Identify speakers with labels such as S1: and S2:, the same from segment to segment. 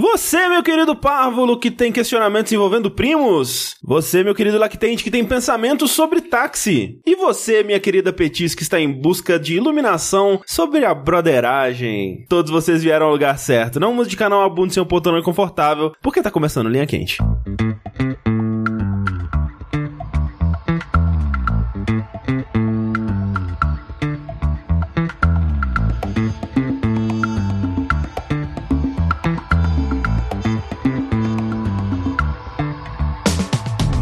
S1: Você, meu querido párvulo, que tem questionamentos envolvendo primos. Você, meu querido lactente, que tem pensamentos sobre táxi. E você, minha querida Petis, que está em busca de iluminação sobre a broderagem. Todos vocês vieram ao lugar certo. Não mude de canal a bunda sem um ponto não confortável, porque tá começando Linha Quente.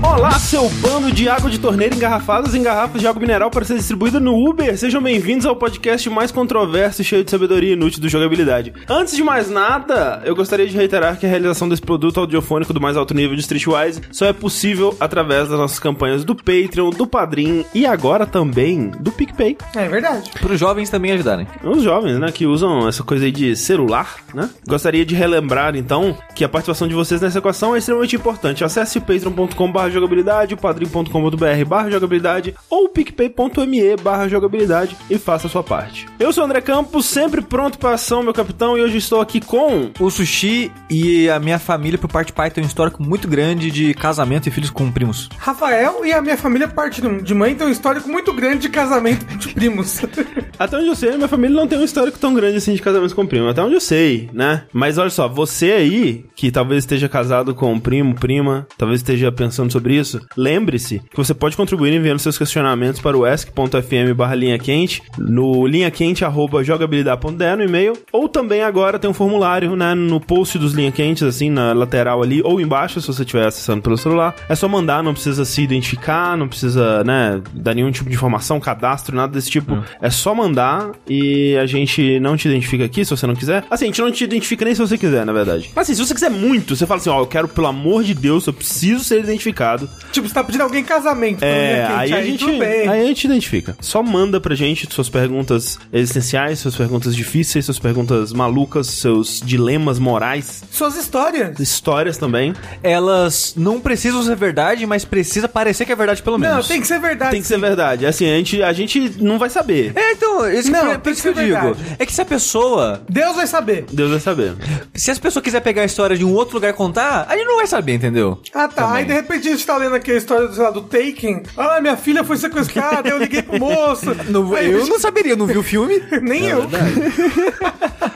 S1: Olá, seu bando de água de torneira engarrafadas em garrafas de água mineral para ser distribuído no Uber. Sejam bem-vindos ao podcast mais controverso e cheio de sabedoria inútil do jogabilidade. Antes de mais nada, eu gostaria de reiterar que a realização desse produto audiofônico do mais alto nível de Streetwise só é possível através das nossas campanhas do Patreon, do Padrim e agora também do PicPay.
S2: É verdade.
S3: Para os jovens também ajudarem.
S1: Os jovens, né, que usam essa coisa aí de celular, né? Gostaria de relembrar, então, que a participação de vocês nessa equação é extremamente importante. Acesse o patreon.com barra jogabilidade, o padrim.com.br barra jogabilidade ou o picpay.me barra jogabilidade e faça a sua parte. Eu sou o André Campos, sempre pronto para ação, meu capitão, e hoje estou aqui com...
S3: O Sushi e a minha família, por parte de pai, tem um histórico muito grande de casamento e filhos com primos.
S2: Rafael e a minha família, por parte de mãe, tem um histórico muito grande de casamento de primos.
S1: Até onde eu sei, minha família não tem um histórico tão grande assim de casamentos com primo, até onde eu sei, né? Mas olha só, você aí, que talvez esteja casado com um primo, prima, talvez esteja pensando sobre isso, lembre-se que você pode contribuir enviando seus questionamentos para o esc.fm barra linha quente, no linhaquente.jogabilidade.de no e-mail, ou também agora tem um formulário, né, no post dos linha quentes, assim, na lateral ali, ou embaixo, se você estiver acessando pelo celular. É só mandar, não precisa se identificar, não precisa, né, dar nenhum tipo de informação, cadastro, nada desse tipo.
S2: Hum.
S1: É só mandar e a gente não te identifica aqui, se você não quiser. Assim, a gente não te identifica nem se você quiser, na verdade. Mas assim, se você quiser muito, você fala assim, ó, eu quero, pelo amor de Deus, eu preciso ser identificado.
S2: tipo, você tá pedindo alguém em casamento. então,
S1: É,
S2: pra minha
S1: aí,
S2: quente,
S1: a gente,
S2: tudo
S1: aí
S2: bem.
S1: a gente identifica. Só manda pra gente suas perguntas existenciais, suas perguntas difíceis, suas perguntas malucas, seus dilemas morais,
S2: Suas histórias.
S1: histórias também.
S3: Elas não precisam ser verdade, mas precisa parecer que é verdade pelo
S2: Não,
S3: menos.
S2: tem que ser verdade.
S1: Tem que ser verdade. Assim, a gente, a gente não vai saber.
S3: É, então, esse
S2: Não,
S3: não,
S2: tem
S3: por
S2: que
S3: isso que eu
S2: ser
S3: digo.
S2: verdade.
S3: É que se a pessoa.
S2: Deus vai saber.
S1: Deus vai saber.
S3: Se as pessoas quiser pegar a história de um outro lugar e contar, a gente não vai saber, entendeu?
S2: Ah tá, aí de repente a gente tá lendo aqui a história do, sei lá, do Taken. Ah, minha filha foi sequestrada, eu liguei pro moço. Aí a gente-
S3: saberia, eu não vi o filme.
S2: Nem
S1: É
S2: eu.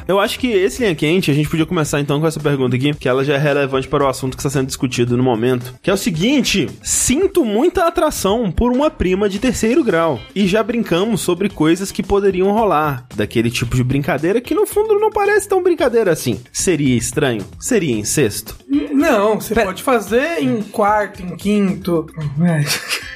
S1: Eu acho que esse linha quente, a gente podia começar então com essa pergunta aqui, que ela já é relevante para o assunto que está sendo discutido no momento. Que é o seguinte: sinto muita atração por uma prima de terceiro grau. E já brincamos sobre coisas que poderiam rolar. Daquele tipo de brincadeira que no fundo não parece tão brincadeira assim. Seria estranho? Seria incesto?
S2: Não, você pode fazer em quarto, em quinto.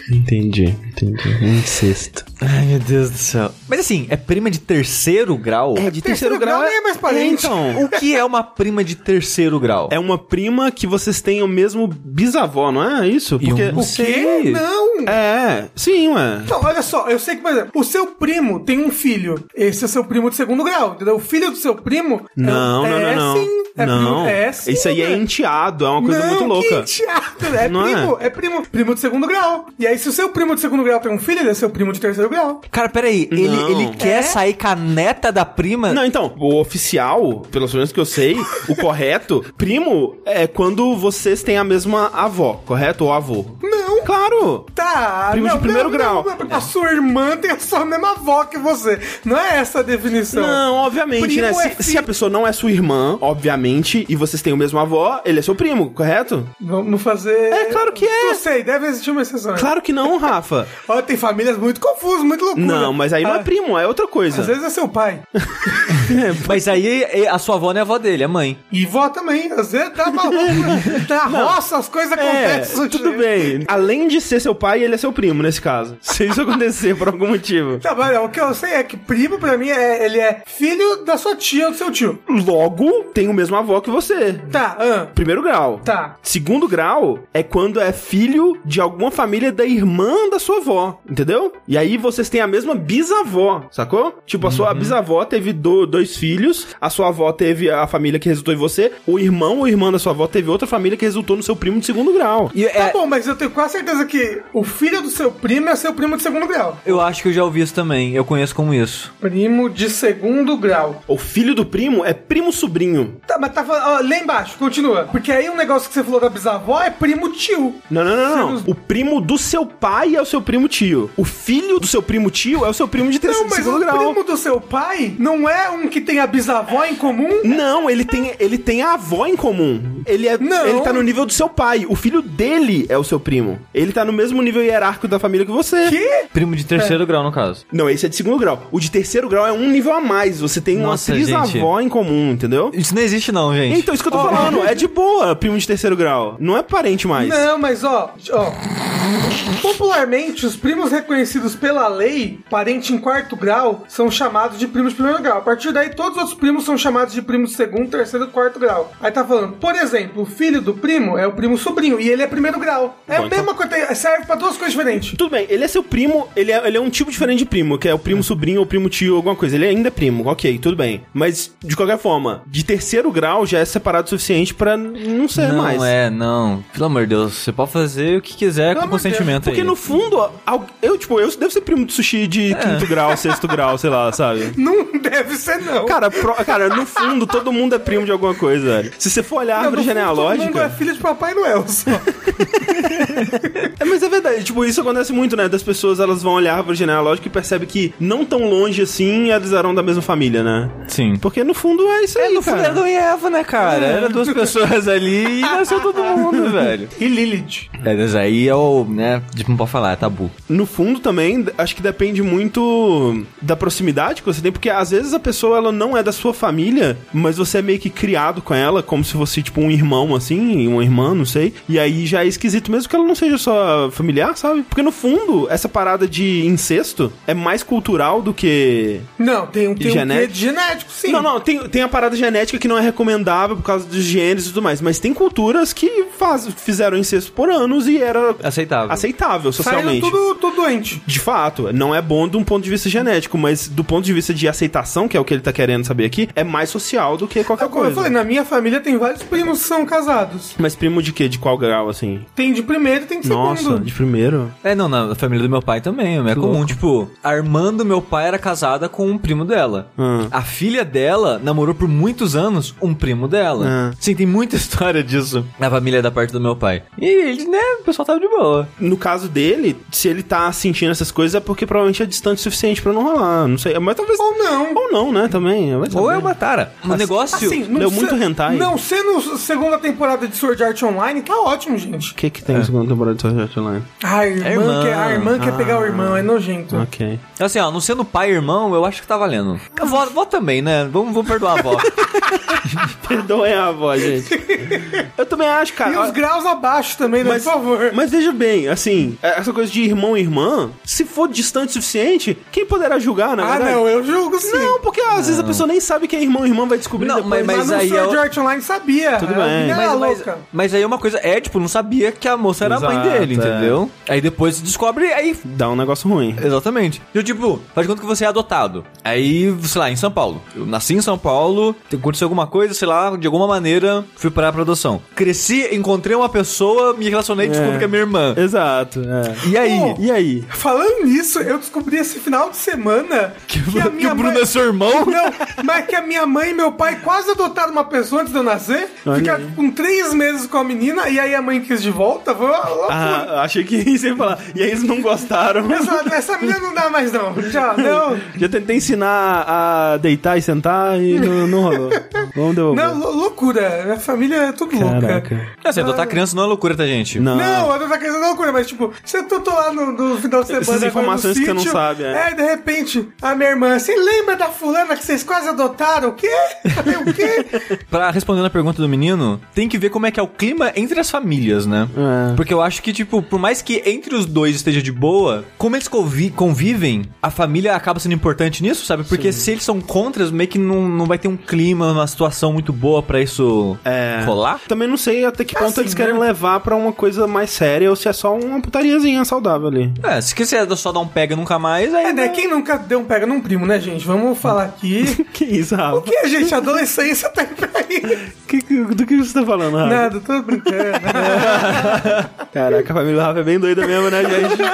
S1: Entendi, entendi. Incesto.
S3: Ai, meu Deus do céu. Mas assim, é prima de terceiro grau?
S1: É, de terceiro, grau,
S2: nem é mais parente.
S1: então.
S3: O que é uma prima de terceiro grau?
S1: É uma prima que vocês têm o mesmo bisavó, não é isso?
S3: E eu não
S1: o
S3: sei.
S2: Que? Não!
S1: É, sim, ué.
S2: Não, Então, olha só, eu sei que, por exemplo, o seu primo tem um filho. Esse é seu primo de segundo grau, entendeu? O filho do seu primo. é-
S1: Não, não,
S2: é
S1: não, não.
S2: Sim, é
S1: não.
S2: primo. É sim,
S1: Isso aí é
S2: né?
S1: enteado, é uma coisa
S2: não,
S1: muito louca.
S2: Que teatro, é
S1: Não é?
S2: primo, é? primo, primo de segundo grau. E aí, se o seu primo de segundo grau tem um filho, ele é seu primo de terceiro grau.
S3: Cara, peraí, ele,
S1: Não.
S3: ele quer
S2: É?
S3: sair com a neta da prima?
S1: Não, então, o oficial, pelo menos que eu sei, o correto, primo, é quando vocês têm a mesma avó, correto? Ou avô?
S2: Não.
S1: Claro!
S2: Tá,
S1: Primo de
S2: não,
S1: primeiro
S2: não,
S1: grau.
S2: não, não, a sua irmã tem a sua mesma avó que você. Não é essa a definição.
S1: Não, obviamente,
S2: Primo
S1: né?
S2: é
S1: Se,
S2: filho.
S1: se a pessoa não é sua irmã, obviamente, e vocês têm o mesmo avó, ele é seu primo, correto?
S2: Vamos fazer.
S1: É, claro que é.
S2: Não sei, deve existir uma exceção.
S1: Claro que não, Rafa.
S2: Olha, tem famílias muito confusas, muito loucura.
S1: Não, mas aí não é
S2: Ah,
S1: primo, é outra coisa.
S2: Às vezes é seu pai.
S3: Mas aí é- a sua avó não é a avó dele, é a mãe.
S2: E vó também. Às vezes tá dá uma Na Tá roça as coisas
S1: É,
S2: acontecem.
S1: tudo bem. Além de ser seu pai, ele é seu primo nesse caso. Se isso acontecer por algum motivo.
S2: Tá, mas o que eu sei é que primo, pra mim, é, ele é filho da sua tia ou do seu tio.
S1: Logo, tem o mesmo avó que você.
S2: Tá, ah,
S1: Primeiro grau.
S2: tá.
S1: Segundo grau é quando é filho de alguma família da irmã da sua avó, entendeu? E aí vocês têm a mesma bisavó, sacou? Tipo, a sua bisavó teve do- dois filhos, a sua avó teve a família que resultou em você, o irmão ou irmã da sua avó teve outra família que resultou no seu primo de segundo grau.
S3: E é,
S2: Tá bom, mas eu tenho quase certeza que o filho do seu primo é seu primo de segundo grau.
S3: Eu acho que eu já ouvi isso também. Eu conheço como isso.
S2: Primo de segundo grau.
S1: O filho do primo é primo sobrinho.
S2: Tá, mas tá falando. ó, lá embaixo, continua. Porque aí um negócio que você falou da bisavó é primo tio.
S1: Não, não, não, não. O primo do seu pai é o seu primo tio. O filho do seu primo tio é o seu primo de terceiro
S2: Não, mas
S1: segundo
S2: o
S1: grau.
S2: primo do seu pai não é um que tem a bisavó em comum?
S1: Não, ele tem, ele tem a avó em comum. Ele é,
S2: Não.
S1: ele tá no nível do seu pai. O filho dele é o seu primo. Ele tá no mesmo nível hierárquico da família que você.
S2: Que?
S3: Primo de terceiro grau, no caso.
S1: Não, esse é de segundo grau. O de terceiro grau é um nível a mais. Você tem uma
S3: Nossa,
S1: trisavó em comum, entendeu?
S3: Isso não existe, não, gente.
S1: Então, isso que eu tô
S2: Ó.
S1: falando. É de boa, primo de terceiro grau. Não é parente mais.
S2: Não, mas ó, ó. Popularmente, os primos reconhecidos pela lei, parente em quarto grau, são chamados de primos de primeiro grau. A partir daí, todos os outros primos são chamados de primos de segundo, terceiro e quarto grau. Aí tá falando, por exemplo, o filho do primo é o primo sobrinho e ele é primeiro grau. É
S1: Bom,
S2: a
S1: então-
S2: mesma coisa, serve pra duas coisas diferentes.
S1: Tudo bem, ele é seu primo, ele é, ele é um tipo diferente de primo, que é o primo sobrinho ou primo tio, alguma coisa. Ele ainda é primo, ok, tudo bem. Mas, de qualquer forma, de terceiro grau já é separado o suficiente pra não ser
S3: não
S1: mais.
S3: é, não. Pelo amor de Deus, você pode fazer o que quiser
S2: Pelo
S3: com
S2: amor de Deus,
S3: consentimento
S1: Porque
S3: aí.
S1: no fundo, al- eu, tipo, eu devo ser primo de sushi
S2: É.
S1: de quinto grau, sexto grau, sei lá, sabe?
S2: Não deve ser, não.
S1: Cara, pro- cara, no fundo, todo mundo é primo de alguma coisa, velho. Se você for olhar a
S2: Não, no
S1: árvore
S2: fundo, Todo mundo é
S1: genealógica.
S2: filho de Papai Noel. Só.
S1: É, mas é verdade, tipo, isso acontece muito, né? Das pessoas, elas vão olhar a árvore genealógica e percebem que não tão longe assim, elas eram da mesma família, né?
S3: Sim.
S1: Porque no fundo é isso aí,
S3: No fundo
S1: cara.
S3: era do Eva, né, cara? Era duas pessoas ali e nasceu todo mundo, né, velho.
S2: E Lilith.
S3: É, mas aí é o, né, tipo, não pode falar, é tabu.
S1: No fundo também, d- acho que depende muito da proximidade que você tem, porque às vezes a pessoa ela não é da sua família, mas você é meio que criado com ela, como se fosse tipo um irmão assim, uma irmã, não sei. E aí já é esquisito mesmo que ela não seja só familiar, sabe? Porque no fundo, essa parada de incesto é mais cultural do que
S2: Não, tem um, tem um quê
S1: Genético.
S2: de genético, sim.
S1: Não, não, tem, tem a parada genética que não é recomendável por causa dos genes e tudo mais, mas tem culturas que faz, fizeram incesto por anos e era
S3: Aceitável.
S1: aceitável
S2: Saiu
S1: socialmente.
S2: tudo, tudo doente.
S1: De fato, não é bom de um ponto de vista genético, mas do ponto de vista de aceitação, que é o que ele tá querendo saber aqui, é mais social do que qualquer
S2: Como
S1: coisa.
S2: eu falei, na minha família tem vários primos que são casados.
S1: Mas primo de quê? De qual grau, assim?
S2: Tem de primeiro e tem de
S1: Nossa,
S2: segundo.
S1: de primeiro?
S3: É, não, na família do meu pai também. É comum, tipo, a irmã do meu pai era casada com um primo dela.
S2: Ah.
S1: Hum.
S3: A filha dela namorou por muitos anos um primo dela.
S2: Ah.
S1: Hum.
S3: Sim, tem muita história disso na família da parte do meu pai. E ele, né, o pessoal tava de boa.
S1: No caso dele, se ele tá sentindo essas coisas é porque provavelmente é distante o suficiente pra não rolar. Não sei, mas talvez...
S2: Ou não.
S1: Ou não, né, também. vai
S3: Ou
S1: saber.
S3: é uma tara. O negócio...
S2: Tá Assim, não
S1: Deu
S2: ser-
S1: muito hentai.
S2: Não sendo segunda temporada de Sword Art Online, tá ótimo, gente.
S1: O que que tem no segundo temporada de Sword Art Online?
S2: A irmã,
S3: É irmã.
S2: Quer, a irmã quer
S1: Ah.
S2: pegar o irmão, é nojento.
S1: Ok.
S3: Assim, ó, não sendo pai e irmão, eu acho que tá valendo. A vó, vó também, né? Vamos, vamos perdoar a vó.
S1: Perdoem a avó, gente. Eu também acho, cara...
S2: E os graus abaixo também, né?
S1: Ah. Mas-
S2: Por favor.
S1: Mas veja bem, assim, essa coisa de irmão e irmã, se for distante o suficiente, quem poderá julgar, na
S2: ah,
S1: verdade?
S2: não, eu julgo sim.
S1: Não, porque às vezes a pessoa nem sabe que é irmão e irmã vai descobrir
S3: Não,
S1: depois. né?
S2: mas,
S3: mas
S2: no
S3: aí
S2: Sword
S3: eu-
S2: Art Online sabia.
S1: Tudo
S2: A
S1: bem.
S2: mina era
S3: Mas, mas,
S2: Tá louca.
S3: mas aí uma coisa é, tipo, não sabia que a moça era a mãe
S1: Exato,
S3: dele,
S1: é.
S3: entendeu? Aí depois descobre, aí
S1: Dá um negócio ruim.
S3: Exatamente. Eu, tipo, faz de conta que você é adotado. Aí, sei lá, em São Paulo. Eu nasci em São Paulo, aconteceu alguma coisa, sei lá, de alguma maneira, fui parar pra adoção. Cresci, encontrei uma pessoa, me relacionei e descobri que é minha irmã.
S1: Exato, é.
S3: E aí?
S1: E aí?
S2: Falando nisso, eu descobri esse final de semana que, a minha
S3: que o Bruno
S2: mãe...
S3: é seu irmão?
S2: Não, mas que a minha mãe e meu pai quase adotaram uma pessoa antes de eu nascer.
S1: Olha
S2: Ficaram
S1: aí.
S2: com três meses com a menina e aí a mãe quis de volta. Foi uma loucura.
S1: Ah, achei que ia falar. E aí eles não gostaram.
S2: Essa, essa menina não dá mais, não. Já, não.
S1: Já tentei ensinar a deitar e sentar e não, não rolou. Vamos devolver.
S2: Não, lou- loucura. Minha família é tudo louca. Ah,
S1: Caraca.
S3: É, assim, adotar criança não é loucura, tá, gente?
S1: Não.
S2: Não, eu não tá querendo loucura, mas tipo, você tô, tô lá no, no final de semana.
S1: Essas
S2: agora
S1: informações
S2: no
S1: que você não
S2: sítio,
S1: sabe, é.
S2: É, e de repente, a minha irmã, você lembra da fulana que vocês quase adotaram? O quê? Eu falei, O quê?
S3: Pra responder a pergunta do menino, tem que ver como é que é o clima entre as famílias, né?
S1: É.
S3: Porque eu acho que, tipo, por mais que entre os dois esteja de boa, como eles convi- convivem, a família acaba sendo importante nisso, sabe? Porque se eles são contras, meio que não, não vai ter um clima, uma situação muito boa pra isso
S1: É.
S3: colar.
S1: Também não sei até que ponto ponto
S2: assim,
S1: eles querem
S2: né?
S1: levar pra uma coisa mais séria ou se é só uma putariazinha saudável ali.
S3: É, se quiser só dar um pega nunca mais, aí.
S2: É, né? Quem nunca deu um pega num primo, né, gente? Vamos falar aqui.
S1: Que isso, Rafa?
S2: O que a gente, a adolescência tá aí?
S1: Que- que- do que você tá falando, Rafa?
S2: Nada, tô brincando. né?
S1: Caraca, a família do Rafa é bem doida mesmo, né, gente?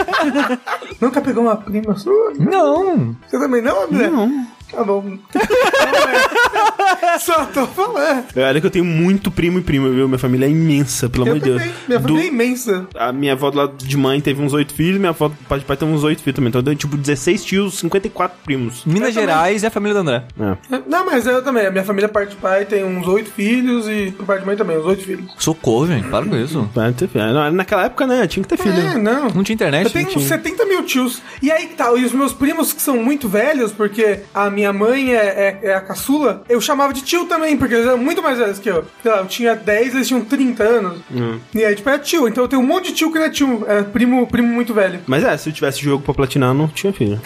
S2: nunca pegou uma prima sua?
S3: Não.
S2: Você também não, André?
S1: Não.
S2: Tá bom. Não é. Só tô falando.
S1: É, Olha que eu tenho muito primo e prima, viu? Minha família é imensa, pelo
S2: Eu
S1: amor de Deus.
S2: também. Minha
S1: Do-
S2: família é imensa.
S1: A minha avó do lado de mãe teve uns oito filhos, minha avó do pai de pai teve uns oito filhos também. Então deu tipo 16 tios, 54 primos.
S3: Minas
S2: Eu também.
S3: Gerais é a família do André.
S1: É.
S2: Não, mas eu também. A minha família, é parte de pai, tem uns oito filhos e por parte de mãe também, uns oito filhos.
S3: Socorro, gente. Para com isso.
S1: Vai ter filho. Na- Naquela época, né? Tinha que ter filho.
S2: É, não.
S3: Não tinha internet.
S2: Eu tenho uns 70 mil tios. E aí que tal? E os meus primos, que são muito velhos, porque a minha mãe é, é- é a caçula, eu chamava de tio também, porque eles eram muito mais velhos que eu. Sei lá, eu tinha 10, eles tinham 30 anos.
S1: Hum.
S2: E aí, tipo, é tio. Então eu tenho um monte de tio que não é tio. É primo, primo muito velho.
S1: Mas é, se eu tivesse jogo pra platinar, não tinha filho.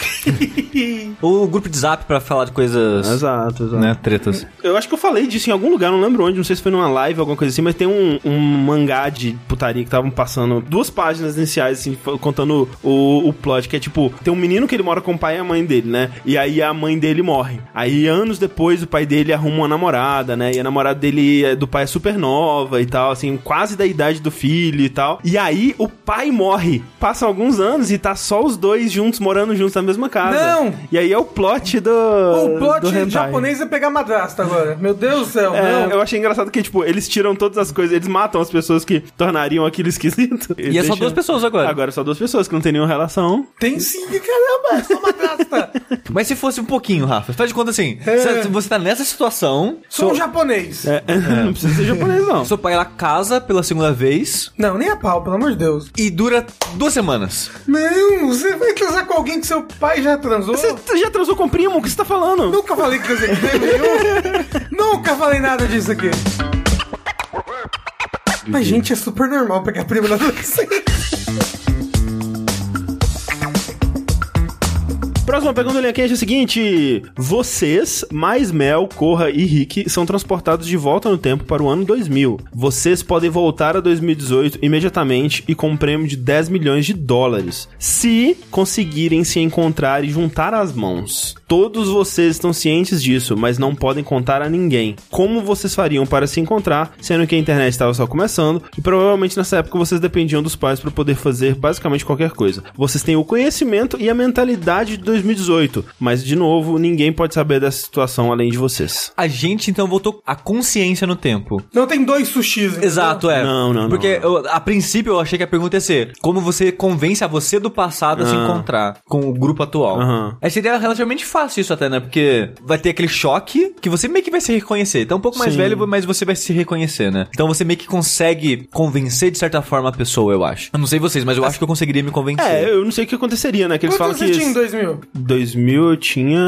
S2: um
S3: O grupo de zap pra falar de coisas.
S1: exato, exato.
S3: Né, tretas.
S1: Eu acho que eu falei disso em algum lugar, não lembro onde, não sei se foi numa live ou alguma coisa assim, mas tem um, um mangá de putaria que estavam passando duas páginas iniciais, assim, f- contando o, o plot, que é tipo, tem um menino que ele mora com o pai e a mãe dele, né? E aí a mãe dele morre. Aí anos depois o pai dele arruma uma namorada, né? E a namorada dele, é- do pai, é super nova e tal, assim, quase da idade do filho e tal. E aí o pai morre. Passam alguns anos e tá só os dois juntos, morando juntos na mesma casa.
S2: Não!
S1: E aí é o plot do.
S2: o
S1: do
S2: plot
S1: hentai.
S2: japonês é pegar madrasta agora. Meu Deus do céu,
S1: É,
S2: não.
S1: eu achei engraçado que, tipo, eles tiram todas as coisas, eles matam as pessoas que tornariam aquilo esquisito.
S3: E é só duas pessoas agora.
S1: Agora só duas pessoas que não tem nenhuma relação.
S2: Tem sim, caramba, é só madrasta.
S3: Mas se fosse um pouquinho, Rafa, faz de conta assim.
S2: É.
S3: se- Você tá nessa situação.
S2: Sou um
S3: seu-
S2: japonês.
S1: É, não precisa ser japonês, não.
S3: Seu pai ela casa pela segunda vez
S2: Não, nem a pau, pelo amor de Deus.
S3: e dura duas semanas.
S2: Não, você vai transar com alguém que seu pai já transou?
S1: Você você já transou com o primo? O que você tá falando?
S2: Nunca falei que eu sei nenhum. Nunca falei nada disso aqui. Mas, gente, é super normal pegar primo na adolescência.
S1: Próxima pergunta do linha quente é a seguinte: Vocês, mais Mel, Corra e Rick, são transportados de volta no tempo para o ano 2000. Vocês podem voltar a 2018 imediatamente e com um prêmio de 10 milhões de dólares, se conseguirem se encontrar e juntar as mãos. Todos vocês estão cientes disso, mas não podem contar a ninguém. Como vocês fariam para se encontrar, sendo que a internet estava só começando e provavelmente nessa época vocês dependiam dos pais para poder fazer basicamente qualquer coisa. Vocês têm o conhecimento e a mentalidade de 2018, mas de novo, ninguém pode saber dessa situação além de vocês.
S3: A gente então voltou a consciência no tempo.
S2: Não tem dois sushis. né? entendeu?
S3: Exato, é.
S1: Não, não, não.
S3: Porque eu- a princípio eu achei que a pergunta ia ser como você convence a você do passado a se
S1: Ah.
S3: encontrar com o grupo atual.
S1: Aham.
S3: Aí seria relativamente fácil isso até, né? Porque vai ter aquele choque que você meio que vai se reconhecer. Tá um pouco mais
S1: Sim.
S3: velho, mas você vai se reconhecer, né? Então você meio que consegue convencer de certa forma a pessoa, eu acho. Eu não sei vocês, mas eu acho que eu conseguiria me convencer.
S1: É, eu não sei o que aconteceria, né? Que eles
S2: Quantos
S1: falam
S2: você tinha em
S1: que
S2: 2000?
S1: 2000 eu tinha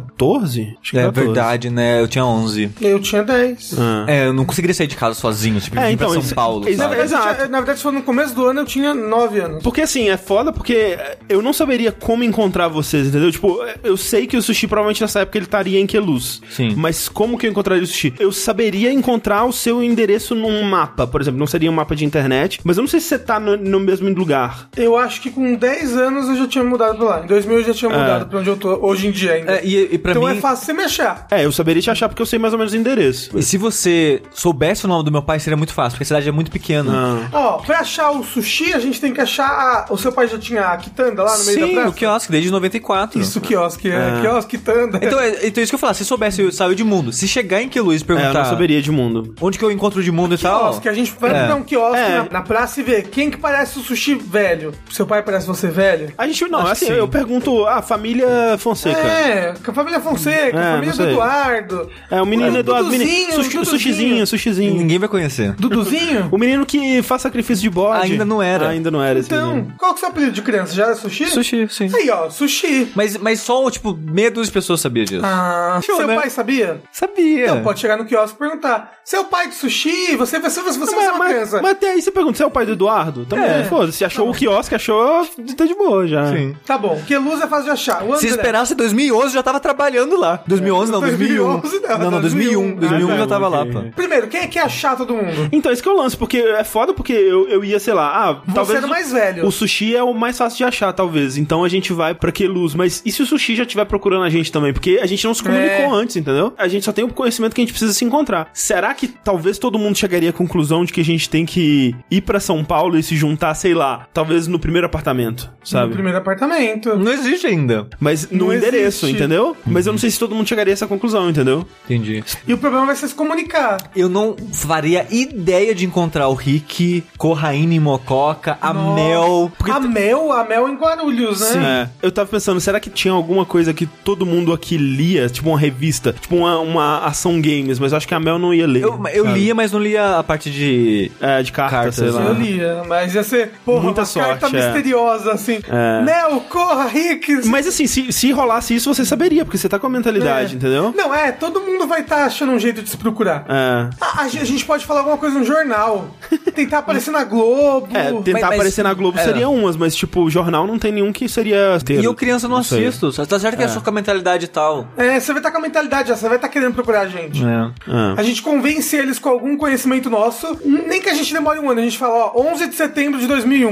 S1: 14? Acho que
S3: É
S1: 14.
S3: verdade, né? Eu tinha 11.
S2: Eu tinha 10.
S1: Ah.
S3: É, eu não conseguiria sair de casa sozinho, tipo,
S1: É,
S3: vim
S1: então,
S3: pra São
S1: isso-
S3: Paulo.
S1: isso-
S2: Na
S3: sabe?
S2: verdade,
S1: Exato.
S2: eu tinha- na verdade, se for no começo do ano, eu tinha 9 anos.
S1: Porque assim, é foda porque eu não saberia como encontrar vocês, entendeu? Tipo, eu sei que o sushi provavelmente nessa época ele estaria em Queluz.
S3: Sim.
S1: Mas como que eu encontraria o sushi? Eu saberia encontrar o seu endereço num mapa, por exemplo. Não seria um mapa de internet, mas eu não sei se você tá no, no mesmo lugar.
S2: Eu acho que com 10 anos eu já tinha mudado pra lá. Em 2000 eu já tinha mudado pra onde eu tô hoje em dia ainda.
S3: Ah. É, e, e pra
S2: então
S3: mim.
S2: é fácil você mexer.
S1: É, eu saberia te achar porque eu sei mais ou menos o endereço.
S3: E se você soubesse o nome do meu pai, seria muito fácil, porque a cidade é muito
S1: Ah.
S3: pequena.
S2: Ó, pra achar o sushi, a gente tem que achar. a- O seu pai já tinha a quitanda lá no meio da
S3: Sim,
S2: praça?
S3: o quiosque, desde 94.
S2: Isso, quiosque. É. Quiosque, quitanda.
S3: Então, é, então é isso que eu falar, se soubesse, eu saiu de mundo. Se chegar em que Luiz
S1: É, eu não
S3: perguntar
S1: saberia de mundo.
S3: onde que eu encontro de mundo e tal.
S2: quiosque, a gente vai pra um quiosque
S1: É.
S2: na, na praça e ver quem que parece o sushi velho. Seu pai parece você velho?
S1: A gente não,
S3: Acho
S1: assim,
S3: que sim.
S1: eu pergunto, ah, família Fonseca. É.
S2: É, com a família Fonseca,
S1: É,
S2: a família
S1: não
S2: do
S1: sei.
S2: Eduardo,
S1: o menino
S2: É,
S1: Eduardo, menino,
S2: Duduzinho,
S1: sushi,
S2: Duduzinho.
S1: sushizinho, sushizinho.
S3: Ninguém vai conhecer.
S2: Duduzinho.
S1: O menino que faz sacrifício de bode.
S3: Ainda não era.
S1: Ainda não era esse menino.
S2: então, qual que é o seu apelido de criança? Já é sushi?
S3: Sushi, sim.
S2: Aí, ó, sushi.
S3: Mas, mas só, tipo, meia dúzia de pessoas sabia disso.
S2: Ah,
S3: Show,
S2: seu
S3: né?
S2: pai sabia?
S3: Sabia.
S1: É.
S2: Então, pode chegar no quiosque e perguntar: seu pai de sushi? Você, você, você, você é uma É.
S1: Mas,
S2: criança.
S1: mas até aí você pergunta, você Então, é o pai do Eduardo? Também, foda-se, achou o quiosque, achou, tá de boa já.
S3: Sim.
S2: Tá bom, que luz é fácil de achar. O
S3: Se
S2: André.
S3: esperasse 2011, já tava trabalhando lá. 2011 não, 2001.
S2: 2011 não,
S3: Não, não, 2001.
S2: 2001.
S3: 2001
S1: Ah,
S3: já
S1: tá,
S3: tava lá,
S1: ok.
S3: pô.
S2: Primeiro, quem é que ia achar todo mundo?
S1: Então, esse que é o lance, porque é foda porque eu, eu ia, sei lá, ah, talvez.
S2: era
S1: o-
S2: mais velho.
S1: O sushi é o mais fácil de achar, talvez. Então a gente vai pra que luz. Mas e se o sushi já estiver procurando a gente também? Porque a gente não se
S2: É.
S1: comunicou antes, entendeu? A gente só tem o conhecimento que a gente precisa se encontrar. Será que talvez todo mundo chegaria à conclusão de que a gente tem que ir pra São Paulo e se juntar, sei lá, talvez no primeiro apartamento,
S2: No
S1: sabe?
S2: primeiro apartamento.
S3: Não existe ainda.
S1: Mas no
S2: Não
S1: endereço,
S2: existe.
S1: entendeu? Mas eu não sei se todo mundo chegaria a essa conclusão, entendeu?
S3: Entendi.
S2: E o problema vai ser se comunicar.
S3: Eu não faria ideia de encontrar o Rick, Corraine Mococa, a
S2: Nossa.
S3: Mel. Porque
S2: A Mel, a Mel em Guarulhos, né?
S1: É. Eu tava pensando, será que tinha alguma coisa que todo mundo aqui lia? Tipo uma revista, tipo uma, uma ação games, mas eu acho que a Mel não ia ler.
S3: eu, eu
S1: sabe?
S3: lia, mas não lia a parte de.
S1: É, de carta,
S3: Cartas,
S1: sei lá.
S2: Eu lia, mas ia ser, porra,
S1: Muita
S2: uma carta
S1: sorte, é.
S2: misteriosa, assim.
S1: É.
S2: Mel, corra, Ricks!
S1: Mas assim, se, se rolasse isso, você saberia, porque você tá com a mentalidade,
S2: É.
S1: entendeu?
S2: Não, é, todo mundo vai estar achando um jeito de se procurar.
S1: É.
S2: A, a gen- a gente pode falar alguma coisa no jornal. Tentar aparecer na Globo.
S1: É, tentar
S3: mas-
S1: aparecer na Globo
S3: é.
S1: seria umas, mas tipo, jornal não tem nenhum que seria.
S3: E eu criança não,
S1: sei.
S3: assisto. Só Tá certo que é só com a mentalidade e tal.
S2: É, você vai estar com a mentalidade, já, você vai estar querendo procurar a gente.
S3: É.
S1: É.
S2: A gente convence eles com algum conhecimento nosso, nem que a gente demore um ano, a gente fala, ó, 11 de setembro de 2001,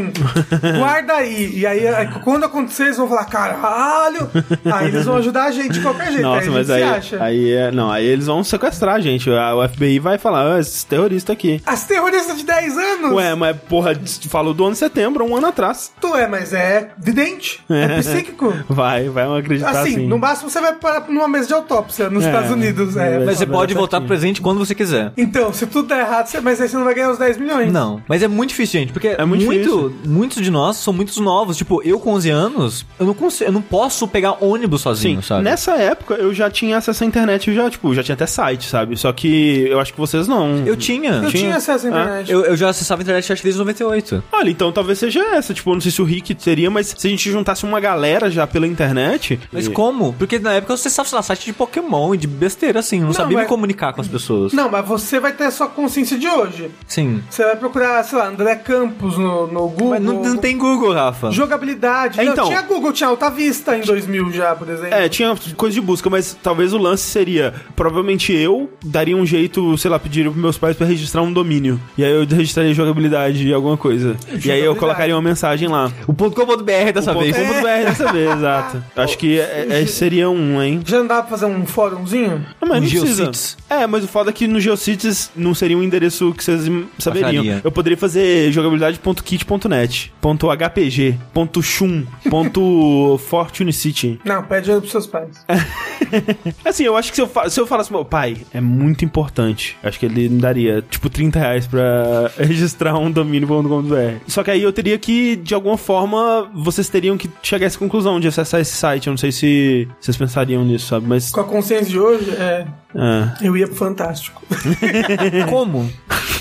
S2: guarda aí. E aí, aí, quando acontecer, eles vão falar, caralho, aí eles vão ajudar a gente de qualquer jeito, aí
S1: Nossa,
S2: a gente
S1: mas
S2: se
S1: aí,
S2: acha.
S1: aí. é- Não, aí eles vão sequestrar a gente. A- O FBI vai falar, ah, esses terroristas aqui.
S2: As terroristas de 10 anos?
S1: Ué, mas porra, falou do ano de setembro, um ano atrás.
S2: Tu é, mas é vidente, é psíquico.
S1: Vai, vai acreditar
S2: Assim,
S1: assim.
S2: no máximo você vai parar numa mesa de autópsia nos
S1: É,
S2: Estados Unidos. é.
S1: é.
S3: Ah, Mas você
S1: Saber
S3: pode voltar
S1: certinho.
S3: pro presente quando você quiser.
S2: Então, se tudo der errado, você- mas aí você não vai ganhar os 10 milhões.
S3: Não, mas é muito difícil, gente, porque
S1: muito
S3: muito
S1: difícil.
S3: muitos de nós são muitos novos. Tipo, eu com 11 anos, eu não consigo, eu não posso pegar ônibus sozinho,
S1: Sim,
S3: sabe?
S1: nessa época eu já tinha acesso à internet, eu já, tipo, já tinha até site, sabe? Só que eu acho que vocês não.
S3: Eu tinha.
S2: Eu tinha acesso à
S1: Ah,
S2: internet.
S3: Eu, eu já acessava a internet acho que desde 98.
S1: Olha, então talvez seja essa. Tipo, eu não sei se o Rick seria, mas se a gente juntasse uma galera já pela internet.
S3: Mas
S1: e-
S3: como? Porque na época eu acessava, sei lá, site de Pokémon e de besteira, assim. Eu não, sabia
S2: mas-
S3: me comunicar com as pessoas.
S2: Não, mas você vai ter a sua consciência de hoje.
S3: Sim.
S2: Você vai procurar, sei lá, André Campos no, no Google.
S3: Mas não, não tem Google, Rafa.
S2: Jogabilidade.
S1: É,
S2: Não,
S1: então-
S2: tinha Google, tinha Alta Vista em 2000 já, por exemplo.
S1: É, tinha coisa de busca, mas talvez o lance seria. Provavelmente eu daria um jeito, sei lá, pediria pros meus pais pra registrar um domínio. E aí eu registraria jogabilidade e alguma coisa. E aí eu
S2: Jogabilidade.
S1: colocaria uma mensagem lá. Um
S3: O é .com.br dessa
S1: Ponto
S3: vez.
S1: .com.br dessa vez, exato. Acho que é- é- seria um, hein?
S2: Já não dá pra fazer um fórumzinho?
S1: Não, Ah, mas
S3: No
S1: não precisa.
S3: Geocities.
S1: É, mas o foda é que no Geocities não seria um endereço que vocês im- saberiam.
S3: Baixaria.
S1: Eu poderia fazer jogabilidade.kit.net, ponto .hpg, ponto .shum, ponto .fortunicity.
S2: Não, pede dinheiro pros seus pais.
S1: É. Assim, eu acho que se eu, fa- se eu falasse pro meu pai, é muito importante. Acho que ele me daria, tipo, 30 reais pra registrar um domínio.com.br. Só que aí eu teria que, de alguma forma, vocês teriam que chegar a essa conclusão de acessar esse site. Eu não sei se vocês pensariam nisso, sabe? Mas...
S2: Com a consciência de hoje, é,
S1: é.
S2: eu ia pro Fantástico.
S3: Como?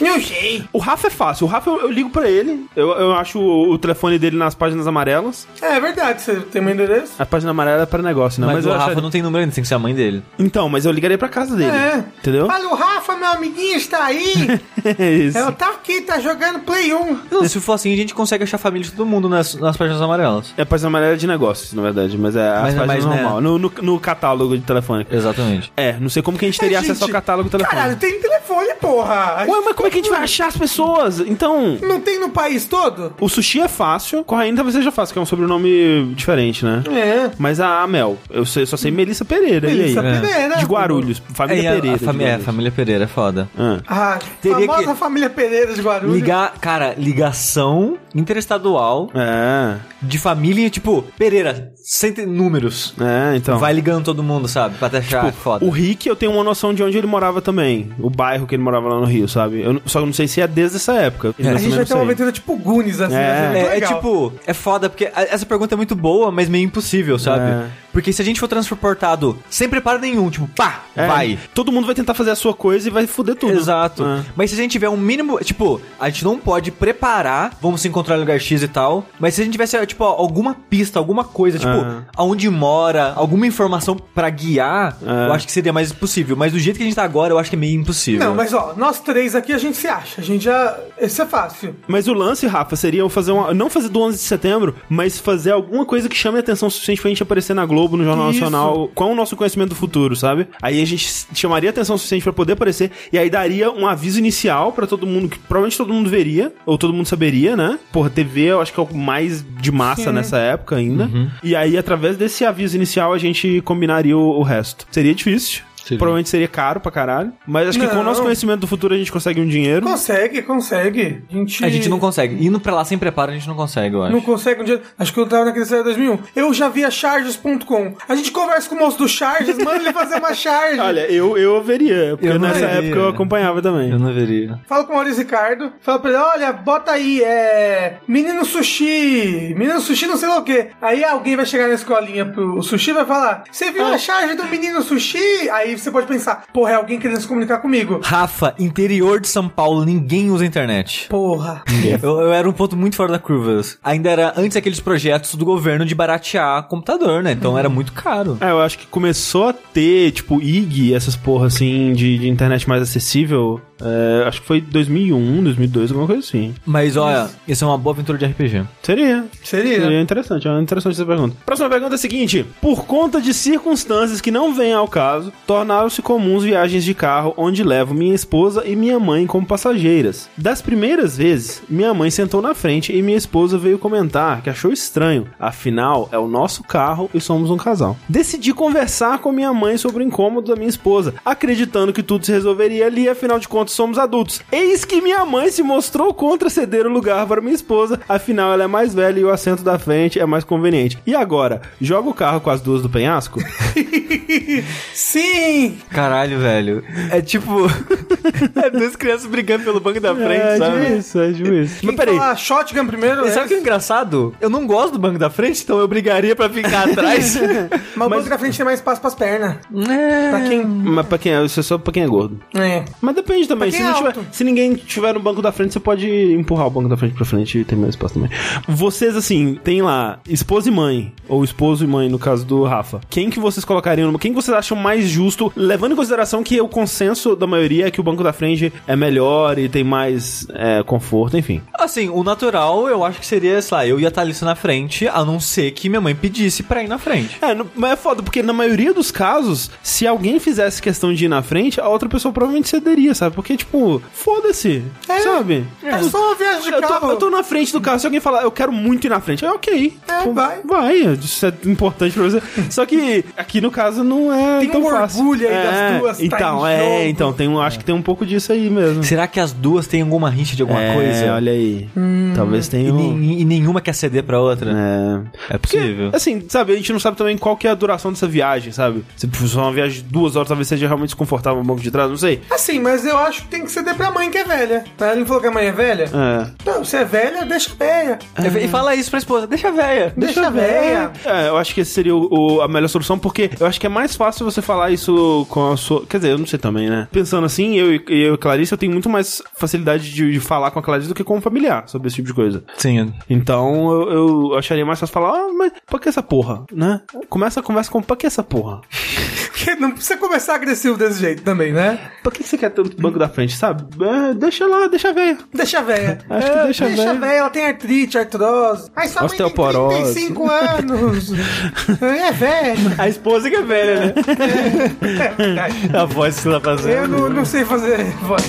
S2: Não sei.
S1: O Rafa é fácil. O Rafa, eu, eu ligo pra ele. Eu, eu acho o, o telefone dele nas páginas amarelas.
S2: É verdade, você tem meu endereço?
S1: A página amarela é pra negócio, né?
S3: Mas, o
S1: eu
S3: Rafa
S1: acharia-
S3: não tem número ainda, tem que ser a mãe dele.
S1: Então, mas eu ligaria pra casa dele.
S2: É.
S1: Entendeu?
S2: Olha, o Rafa, meu amiguinho, está aí.
S1: Ah, É isso.
S2: Ela tá aqui, tá jogando Play 1.
S3: Não, se for assim, a gente consegue achar a família de todo mundo nas, nas páginas amarelas.
S1: É a página amarela de negócios, na verdade. Mas é a
S3: Mas-
S1: página
S3: mas, né?
S1: normal. No, no- no catálogo de telefone.
S3: Exatamente.
S1: É, não sei como que a gente teria
S2: É,
S1: acesso ao
S2: gente,
S1: catálogo do telefone.
S2: Caralho, tem telefone, porra.
S1: Ué, mas como é que a gente vai achar as pessoas? Então...
S2: Não tem no país todo?
S1: O sushi é fácil, Corraine talvez seja fácil, que é um sobrenome diferente, né?
S2: É.
S1: Mas a Mel, eu sei- só sei Melissa Pereira,
S2: Melissa
S1: e aí? é.
S2: Pereira.
S1: De Guarulhos,
S3: É, e
S1: família
S3: a-
S1: Pereira.
S3: a,
S1: de
S3: família, é, a
S1: Guarulhos.
S3: família Pereira é foda.
S1: Ah.
S2: Ah,
S3: Teria
S2: famosa
S3: que-
S2: família Pereira de Guarulhos.
S3: Ligar, cara, ligação interestadual
S1: É,
S3: de família, tipo, Pereira, sem ter números.
S1: é, então.
S3: Vai ligando todo mundo, sabe? Pra até
S2: Ah,
S3: achar foda.
S1: O Rick, eu tenho uma noção de onde ele morava também. O bairro que ele morava lá no Rio, sabe? Eu, não- só que eu não sei se é desde essa época. Eu
S2: A
S1: também
S2: gente
S1: não
S2: vai ter uma
S1: sei.
S2: aventura tipo Goonies, assim.
S1: É.
S2: vai ser muito
S3: É, é
S2: legal.
S3: tipo, é foda, porque a- essa pergunta é muito boa, mas meio impossível, sabe?
S1: É.
S3: Porque se a gente for transportado sem preparo nenhum, tipo, pá,
S1: É,
S3: vai.
S1: Todo mundo vai tentar fazer a sua coisa e vai foder tudo.
S3: Exato.
S1: É.
S3: Mas se a gente tiver um mínimo. Tipo, a gente não pode preparar, vamos se encontrar em lugar X e tal. Mas se a gente tivesse, tipo, alguma pista, alguma coisa, tipo,
S1: É.
S3: aonde mora, alguma informação pra guiar,
S1: É.
S3: eu acho que seria mais possível. Mas do jeito que a gente tá agora, eu acho que é meio impossível.
S2: Não, mas ó, nós três aqui a gente se acha. A gente já. Esse é fácil.
S1: Mas o lance, Rafa, seria eu fazer uma. Não fazer do 11 de setembro, mas fazer alguma coisa que chame a atenção suficiente pra gente aparecer na Globo, no Jornal
S2: Isso.
S1: Nacional, com o nosso conhecimento do futuro, sabe? Aí a gente s- chamaria atenção suficiente pra poder aparecer, e aí daria um aviso inicial pra todo mundo, que provavelmente todo mundo veria, ou todo mundo saberia, né? Porra, TV eu acho que é o mais de massa nessa época ainda. E aí, através desse aviso inicial, a gente combinaria o, o resto. Seria difícil.
S4: Seria.
S1: Provavelmente seria caro pra caralho. Mas acho que com o
S2: Não.
S1: nosso conhecimento do futuro a gente consegue um dinheiro.
S2: Consegue, consegue. A gente.
S3: A gente não consegue. Indo pra lá sem preparo, a gente não consegue, eu acho.
S2: Não consegue um dia. Acho que eu tava naquele site 2001. Eu já via charges.com. A gente conversa com o moço do Charges, manda ele fazer uma charge.
S1: Olha, eu, eu veria, porque
S3: Eu não
S1: nessa
S3: veria.
S1: época eu acompanhava também.
S3: Eu não veria.
S2: Fala com o Maurício Ricardo. Fala pra ele: olha, bota aí, é. Menino sushi. Menino sushi não sei lá o quê. Aí alguém vai chegar na escolinha pro sushi e vai falar: Você viu a charge do menino sushi? Aí você pode pensar: Porra, é alguém querendo se comunicar comigo.
S3: Rafa, interior de São Paulo, ninguém usa internet.
S2: Porra.
S3: Eu, eu era um ponto muito fora da curva. Ainda era antes aqueles projetos do governo de baratear computador, né? Então era muito caro.
S1: É, eu acho que começou a ter, tipo, IG, essas porra assim, de, de internet mais acessível. é, acho que foi 2001, 2002, alguma coisa assim.
S3: Mas olha, isso é uma boa aventura de RPG.
S1: Seria.
S2: Seria.
S1: Seria interessante, é interessante essa pergunta. Próxima pergunta é a seguinte: Por conta de circunstâncias que não vêm ao caso, tornaram-se comuns viagens de carro onde levo minha esposa e minha mãe como passageiras. Das primeiras vezes, minha mãe sentou na frente e minha esposa veio comentar que achou estranho, afinal é o nosso carro e somos um casal. Decidi conversar com minha mãe sobre o incômodo da minha esposa, acreditando que tudo se resolveria ali, afinal de contas somos adultos. Eis que minha mãe se mostrou contra ceder o lugar para minha esposa, afinal ela é mais velha e o assento da frente é mais conveniente. E agora, joga o carro com as duas do penhasco?
S2: Sim!
S3: Caralho, velho. É tipo. é duas crianças brigando pelo banco da frente, sabe?
S1: isso, é juiz.
S2: Quem
S1: Mas peraí.
S2: Falar shotgun primeiro.
S3: E
S2: é
S3: sabe o que é engraçado? Eu não gosto do banco da frente, então eu brigaria pra ficar atrás.
S2: Mas, o banco da frente tem mais espaço pras pernas. Pra quem.
S1: Mas pra quem é, isso é só pra quem é gordo.
S2: É.
S1: Mas depende também. Se,
S2: Pra quem
S1: não
S2: é
S1: tiver-
S2: alto.
S1: se ninguém tiver no banco da frente, você pode empurrar o banco da frente pra frente e ter mais espaço também. Vocês, assim, tem lá esposa e mãe, ou esposo e mãe, no caso do Rafa. Quem que vocês colocariam? no- Quem que vocês acham mais justo, levando em consideração que o consenso da maioria é que o banco da frente é melhor e tem mais é, conforto, enfim.
S3: Assim, o natural eu acho que seria, sei lá, eu e a Thalissa na frente, a não ser que minha mãe pedisse pra ir na frente.
S1: É, no- mas é foda, porque na maioria dos casos, se alguém fizesse questão de ir na frente, a outra pessoa provavelmente cederia, sabe? Porque, tipo, foda-se, sabe?
S2: É só uma viagem de
S1: eu
S2: carro.
S1: tô, eu tô na frente do carro, se alguém falar, eu quero muito ir na frente, é ok.
S2: É,
S1: Tipo,
S2: vai.
S1: Vai, isso é importante pra você. Só que aqui no caso não é
S2: Tem
S1: tão
S2: um
S1: fácil.
S2: orgulho aí das
S1: É,
S2: duas, tá
S1: Então,
S2: em
S1: é,
S2: jogo.
S1: então, tem, um- acho que tem um pouco disso aí mesmo.
S3: Será que as duas têm alguma rixa de alguma
S1: é,
S3: coisa?
S1: olha aí.
S2: Hum.
S1: Talvez
S3: E,
S1: tenha um...
S3: nem- e nenhuma quer ceder pra outra?
S1: É,
S3: É possível.
S1: Porque, assim, sabe, a gente não sabe também qual que é a duração dessa viagem, sabe? Se for uma viagem de duas horas, talvez seja realmente desconfortável no banco de trás, não sei.
S2: Assim, mas eu acho que tem que ceder pra mãe que é velha. Tá? Ele falou que a mãe é velha?
S1: É.
S2: Não, se é velha, deixa velha.
S3: E fala isso pra esposa, deixa a véia.
S2: Deixa velha.
S1: É, eu acho que essa seria o- o- a melhor solução, porque eu acho que é mais fácil você falar isso com a sua. Quer dizer, eu não sei também, né? Pensando assim, eu e eu e Clarice, eu tenho muito mais facilidade de, de falar com a Clarice do que com um familiar sobre esse tipo de coisa.
S3: Sim.
S1: Então eu, eu acharia mais fácil falar, ah, mas pra que essa porra, né? Começa a conversa com pra que essa porra?
S2: Porque não precisa começar agressivo desse jeito também, né?
S1: Pra que você quer tanto banco da frente, sabe? É, deixa lá, deixa ver.
S2: Deixa É, velha.
S1: Acho que deixa velha.
S2: ela tem artrite, artrose. Mas sua mãe tem
S1: Osteoporose.
S2: 35 anos. é velha.
S1: A esposa que é velha, né?
S3: A voz
S1: tá
S3: que ela fazendo.
S2: Eu não, não sei fazer voz.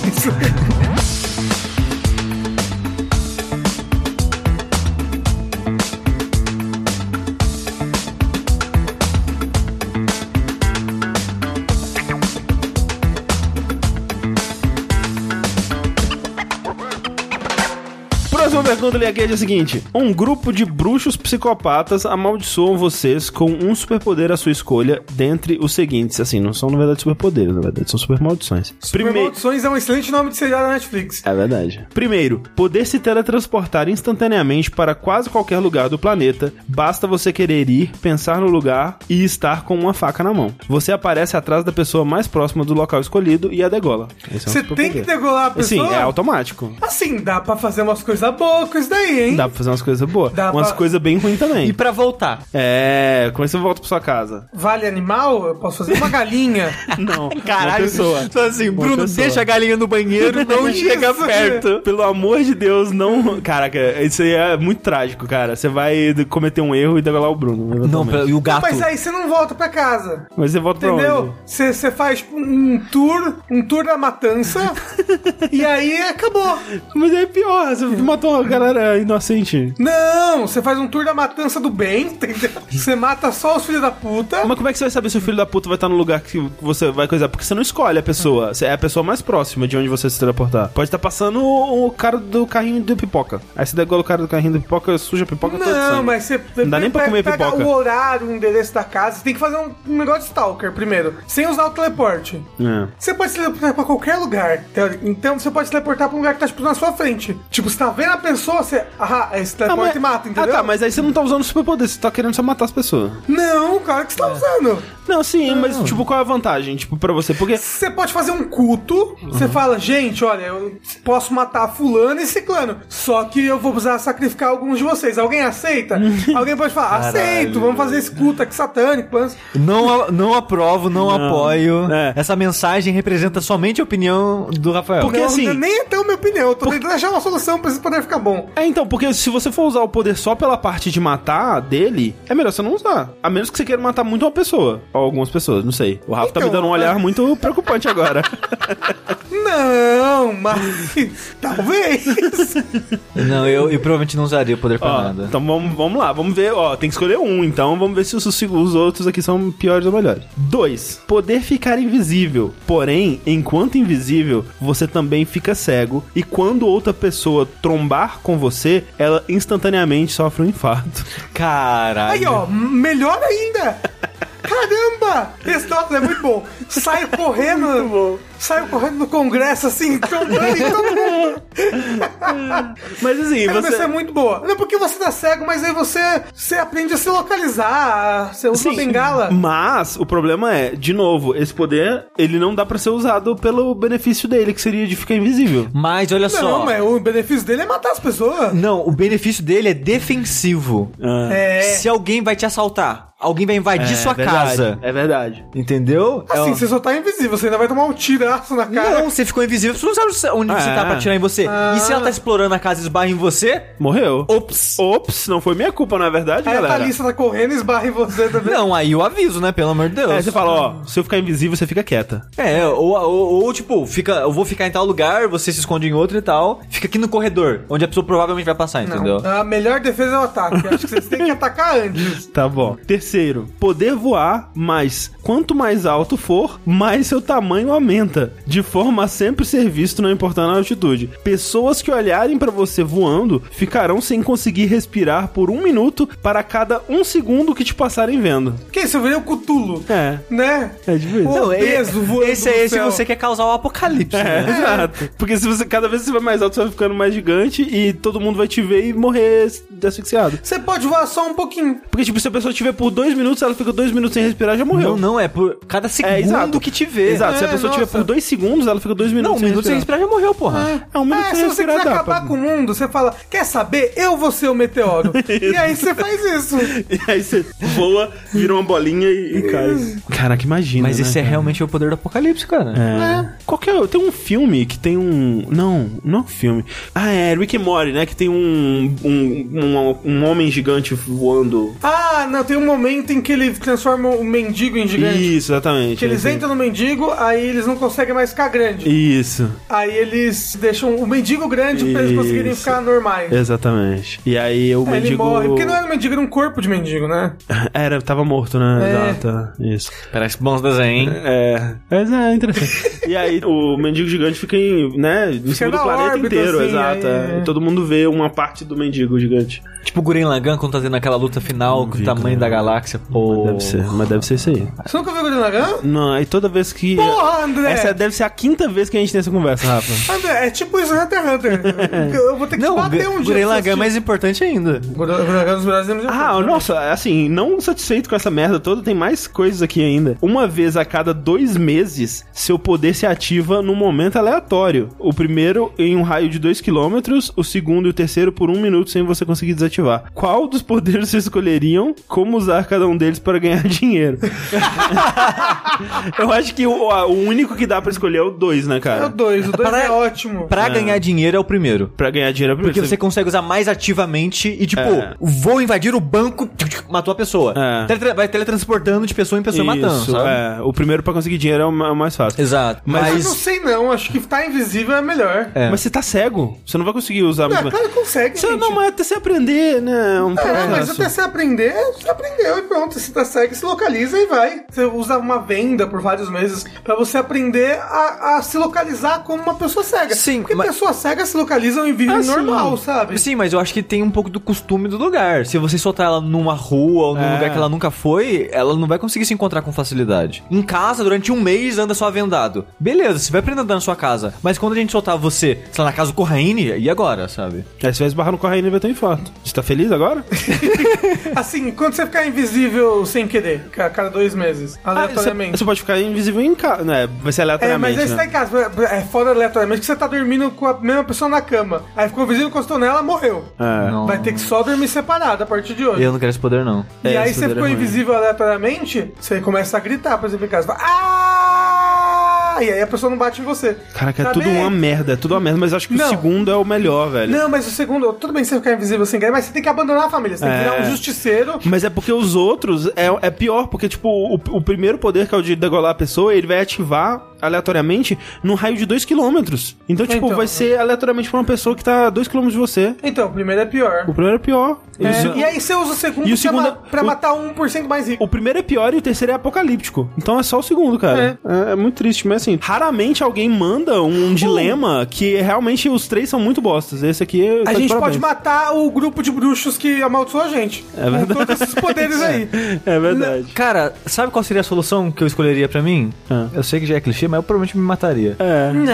S1: Próxima Próxima pergunta, Liaquete, é a seguinte. Um grupo de bruxos psicopatas amaldiçoam vocês com um superpoder à sua escolha dentre os seguintes. Assim, não são, na verdade, superpoderes, na verdade, são supermaldições. Primeiro...
S2: Maldições é um excelente nome de serial da Netflix.
S1: É verdade. Primeiro, poder se teletransportar instantaneamente para quase qualquer lugar do planeta. Basta você querer ir, pensar no lugar e estar com uma faca na mão. Você aparece atrás da pessoa mais próxima do local escolhido e a degola. Esse é um
S2: Você tem
S1: superpoder.
S2: que degolar a
S1: Sim,
S2: pessoa?
S1: é automático.
S2: Assim, dá pra fazer umas coisas boas com isso daí, hein?
S1: Dá pra fazer umas coisas boas.
S2: Dá
S1: umas
S2: pra-
S1: coisas bem ruins também.
S3: E pra voltar?
S1: É, como é que você volta pra sua casa?
S2: Vale animal? Eu posso fazer uma galinha.
S1: Não, caralho. pessoa.
S3: Só assim, Bruno,
S1: pessoa.
S3: deixa a galinha no banheiro, não é chega
S2: Isso.
S3: perto.
S1: Pelo amor de Deus, não. Caraca, isso aí é muito trágico, cara. Você vai cometer um erro e degolar o Bruno.
S3: Não,
S1: eventualmente.
S3: pra- e o gato?
S2: Mas aí você não volta pra casa.
S1: Mas você volta pra
S2: Entendeu?
S1: onde?
S2: Você você faz tipo, um tour, um tour da matança, e aí acabou.
S1: Mas aí é pior, você matou a galera inocente.
S2: Não, você faz um tour da matança do bem, entendeu? Você mata só os filhos da puta.
S1: Mas como é que você vai saber se o filho da puta vai estar no lugar que você vai coisar? Porque você não escolhe a pessoa. Você é a pessoa mais próxima de onde você se teleportar. Pode estar passando o, o cara do carrinho de pipoca. Aí você degola o cara do carrinho de pipoca, suja a pipoca toda de
S2: Não,
S1: sangue.
S2: mas você
S1: Não dá nem pra
S2: pega-
S1: comer
S2: pega
S1: pipoca.
S2: o horário, o endereço da casa. Você tem que fazer um, um negócio de stalker primeiro, sem usar o teleporte.
S1: É.
S2: Você pode se teleportar pra qualquer lugar. teori- Então você pode se teleportar pra um lugar que tá tipo, na sua frente. Tipo, você tá vendo a pessoa, você. Ah, aí você
S1: Ah,
S2: teleporta
S1: mas-
S2: e mata,
S1: ah,
S2: entendeu?
S1: tá, mas aí você não tá usando superpoder, você tá querendo só matar as pessoas.
S2: Não, cara, o que
S1: É.
S2: você tá usando?
S1: Não, sim, mas tipo, qual é a vantagem, tipo, pra você? Porque
S2: Você pode fazer um culto,
S1: Uhum.
S2: você fala, gente, olha, eu posso matar fulano e ciclano, só que eu vou precisar sacrificar alguns de vocês. Alguém aceita?
S1: Uhum.
S2: Alguém pode falar, aceito, vamos fazer esse culto aqui satânico. vamos-
S3: Não, não aprovo, não, apoio.
S1: É.
S3: Essa mensagem representa somente a opinião do Rafael.
S1: Porque-
S2: Não,
S1: assim-
S2: nem é tão minha opinião, eu tô tentando achar uma solução pra isso poder ficar bom.
S1: É, então, porque se você for usar o poder só pela parte de matar dele, é melhor você não usar. A menos que você queira matar muito uma pessoa. Ou algumas pessoas, não sei. O Rafa tá me
S2: Então,
S1: dando um olhar muito preocupante agora.
S2: Não, mas talvez.
S3: Não, eu, eu provavelmente não usaria o poder pra
S1: Ó,
S3: nada.
S1: então vamos, vamos lá, vamos ver. Ó, tem que escolher um, então vamos ver se os, se os outros aqui são piores ou melhores. Dois, poder ficar invisível. Porém, enquanto invisível, você também fica cego. E quando outra pessoa trombar com você, ela instantaneamente sofre um infarto.
S3: tá. Caralho.
S2: Aí, ó, melhor ainda. Caramba! Esse Doppler é muito bom. Saio correndo. Saio correndo do congresso assim, trombando em todo mundo.
S1: Mas assim,
S2: Aí
S1: você.
S2: você é muito boa. Não porque você tá cego, mas aí você, você aprende a se localizar. Você usa uma
S1: Sim, Hum,
S2: bengala.
S1: Mas o problema é, de novo, esse poder, ele não dá pra ser usado pelo benefício dele, que seria de ficar invisível.
S3: Mas olha só. Hum,
S2: Não, mas o benefício dele é matar as pessoas.
S3: Não, o benefício dele é defensivo.
S1: Ah.
S2: É.
S3: Se alguém vai te assaltar, alguém vai invadir sua casa.
S1: É verdade.
S3: Entendeu? É,
S2: Assim,
S3: ó.
S2: você só tá invisível, você ainda vai tomar um tiraço na cara.
S3: Não, você ficou invisível, você não sabe onde
S1: Ah,
S3: você
S1: é.
S3: tá pra atirar em você. E se ela tá explorando a casa e esbarra em você?
S1: Morreu.
S3: Ops!
S1: Ops, não foi minha culpa, não é verdade,
S2: aí a
S1: galera?
S2: Thalissa tá correndo e esbarra em você também.
S3: Não, aí eu aviso, né? Pelo amor de Deus.
S1: Aí É, você fala, ó, se eu ficar invisível, você fica quieta.
S3: É, ou, ou- ou, tipo, fica, eu vou ficar em tal lugar, você se esconde em outro e tal. Fica aqui no corredor, onde a pessoa provavelmente vai passar, entendeu?
S2: A melhor defesa é o ataque. Acho que vocês têm que atacar antes.
S1: Tá bom. Terceiro, poder voar, mas quanto mais alto for, mais seu tamanho aumenta, de forma a sempre ser visto, não importando a altitude. Pessoas que olharem pra você voando ficarão sem conseguir respirar por um minuto para cada um segundo que te passarem vendo.
S2: Que isso? Eu virei o Cutulo.
S1: É.
S2: Né?
S1: É tipo isso.
S2: Pô,
S3: Não, é-
S2: peso voando
S3: esse
S2: no
S3: é esse
S2: céu.
S3: você quer causar o apocalipse,
S1: É,
S3: né?
S1: exato. Porque se você, cada vez que você vai mais alto, você vai ficando mais gigante e todo mundo vai te ver e morrer asfixiado.
S2: Você pode voar só um pouquinho.
S1: Porque, tipo, se a pessoa tiver por dois minutos, ela fica dois minutos sem respirar, já morreu.
S3: Não, não, é por cada segundo
S1: É, exato.
S3: que te vê.
S1: Exato, se a
S2: É,
S1: pessoa tiver
S2: nossa.
S1: por dois segundos, ela fica dois
S3: Não,
S1: minutos
S3: um
S1: sem
S3: minuto sem
S1: respirar.
S3: respirar já morreu, porra.
S1: É, um minuto
S2: É,
S1: sem
S2: se você
S1: respirar
S2: quiser
S1: dá
S2: acabar
S1: pra-
S2: com o mundo, você fala, quer saber? Eu vou ser o meteoro. e aí você faz isso.
S1: E aí você voa, vira uma bolinha e, e cai. Caraca, imagina,
S3: Mas
S1: né,
S3: esse é
S1: cara?
S3: realmente o poder do apocalipse, cara.
S1: É. Qualquer. Tem um filme que tem um. Não, não é um filme. Ah, é Rick and Morty, né? Que tem um. Um, um, um homem gigante voando.
S2: Ah, não, tem um momento em que ele transforma o mendigo em gigante.
S1: Isso, exatamente.
S2: Que eles
S1: Esse-
S2: entram no mendigo, aí eles não consegue mais ficar grande.
S1: Isso,
S2: Aí eles deixam o mendigo grande pra eles conseguirem
S1: Isso.
S2: ficar normais.
S1: exatamente. E aí o
S2: Aí
S1: mendigo.
S2: ele morre. Porque não era um mendigo, era um corpo de mendigo, né?
S1: Era, tava morto, né?
S2: É.
S1: Exato, isso.
S3: Parece bons desenhos, hein?
S1: É, mas é interessante. e aí o mendigo gigante fica em, né, em cima do
S2: na
S1: planeta
S2: órbita,
S1: inteiro,
S2: assim,
S1: exato.
S2: aí-
S1: é. E todo mundo vê uma parte do mendigo gigante.
S3: Tipo o Guren Lagan quando tá tendo aquela luta final com
S1: vi,
S3: o tamanho
S1: cara.
S3: da galáxia. Pô.
S1: Deve ser, mas deve ser isso aí.
S2: Você nunca viu o Gurren Lagann?
S1: Não, aí toda vez que...
S2: Porra, André!
S1: Essa é deve ser a quinta vez que a gente tem essa conversa, Rafa.
S2: André, é tipo isso, Hunter x Hunter. Eu vou ter que
S3: Não, o
S2: bater um dia.
S3: Guren Lagan é mais importante
S2: é
S3: ainda.
S2: um
S1: Ah, nossa, assim, não satisfeito com essa merda toda, tem mais coisas aqui ainda. Uma vez a cada dois meses, seu poder se ativa num momento aleatório. O primeiro em um raio de 2 km, o segundo e o terceiro por um minuto sem você conseguir desativar. Qual dos poderes vocês escolheriam? Como usar cada um deles para ganhar dinheiro? Eu acho que o, a- o único que dá pra escolher é o 2, né,
S2: É o
S1: cara?
S2: 2, o 2
S3: Para-
S2: é ótimo.
S3: Pra ganhar dinheiro é o primeiro.
S1: Pra ganhar dinheiro é o primeiro.
S3: Porque você consegue usar mais ativamente e, tipo,
S1: É.
S3: vou invadir o banco, matou a pessoa.
S1: É.
S3: Teletra- vai teletransportando de pessoa em pessoa e matando,
S1: Isso,
S3: sabe?
S1: é. O primeiro pra conseguir dinheiro é o ma- o mais fácil.
S3: Exato.
S2: Mas eu
S3: Mas,
S2: não sei não, acho que ficar invisível é melhor.
S3: É.
S1: Mas você tá cego. Você não vai conseguir usar
S2: Ah,
S1: muito.
S2: claro que consegue,
S1: É, Você,
S2: gente.
S1: não, mas até você aprender, né? É um
S2: É, mas
S1: processo.
S2: até você aprender, você aprendeu e pronto. Você tá cego, se localiza e vai. Você usa uma venda por vários meses pra você aprender a, a se localizar como uma pessoa cega.
S3: Sim,
S2: Porque
S3: mas-
S2: pessoas cegas se localizam e vivem
S1: Ah, sim.
S2: normal, sabe?
S3: sim, mas eu acho que tem um pouco do costume do lugar. Se você soltar ela numa rua ou num
S1: É.
S3: lugar que ela nunca foi, ela não vai conseguir se encontrar com facilidade. Em casa, durante um mês, anda só vendado. Beleza, você vai aprender a andar na sua casa. Mas quando a gente soltar você, sei lá, na casa do Corraine, e agora, sabe?
S1: Aí você vai esbarrar no correio e vai ter um infarto. Você tá feliz agora?
S2: Assim, quando você ficar invisível sem querer, a cada dois meses,
S1: Ah, você,
S2: aleatoriamente.
S1: você pode ficar invisível em casa. Né? Vai ser
S2: É, mas
S1: aleatoriamente.
S2: aí você
S1: né?
S2: tá em casa, é foda aleatoriamente que você tá dormindo com a mesma pessoa na cama. Aí ficou vizinho, encostou nela, morreu.
S1: É.
S3: Não.
S2: Vai ter que só dormir separado a partir de hoje.
S3: Eu não quero esse poder, não.
S2: E
S1: É,
S2: aí
S1: esse
S2: você
S1: poder é
S2: ficou
S1: ruim.
S2: invisível aleatoriamente, você começa a gritar, por exemplo, em casa. fala, Ah! E aí a pessoa não bate em você.
S1: Caraca, é
S2: Tá
S1: tudo
S2: bem?
S1: uma merda. É tudo uma merda, mas eu acho que
S2: Não.
S1: o segundo é o melhor, velho.
S2: Não, mas o segundo, tudo bem você ficar invisível sem querer, mas você tem que abandonar a família. Você tem que
S1: É.
S2: virar um justiceiro.
S1: Mas é porque os outros é, é pior, porque, tipo, o, o primeiro poder, que é o de degolar a pessoa, ele vai ativar aleatoriamente num raio de 2km. Então, tipo,
S2: Então,
S1: vai
S2: é.
S1: ser aleatoriamente pra uma pessoa que tá a 2km de você.
S2: Então, o primeiro é pior.
S1: O primeiro é pior.
S2: É,
S1: E o se-
S2: E aí você usa o segundo,
S1: E o
S2: pra
S1: segundo
S2: ma-
S1: é-
S2: pra,
S1: o-
S2: matar 1% mais rico.
S1: O primeiro é pior e o terceiro é apocalíptico. Então é só o segundo, cara. É, é muito triste, mas assim, raramente alguém manda um dilema que realmente os três são muito bostas. Esse aqui é tá
S2: A gente pode matar o grupo de bruxos que amaldiçoou a gente.
S1: É verdade.
S2: Com todos esses poderes aí.
S1: É verdade.
S3: Cara, sabe qual seria a solução que eu escolheria pra mim?
S1: Ah.
S3: Eu sei que já é clichê, mas eu provavelmente me mataria.
S1: É. né?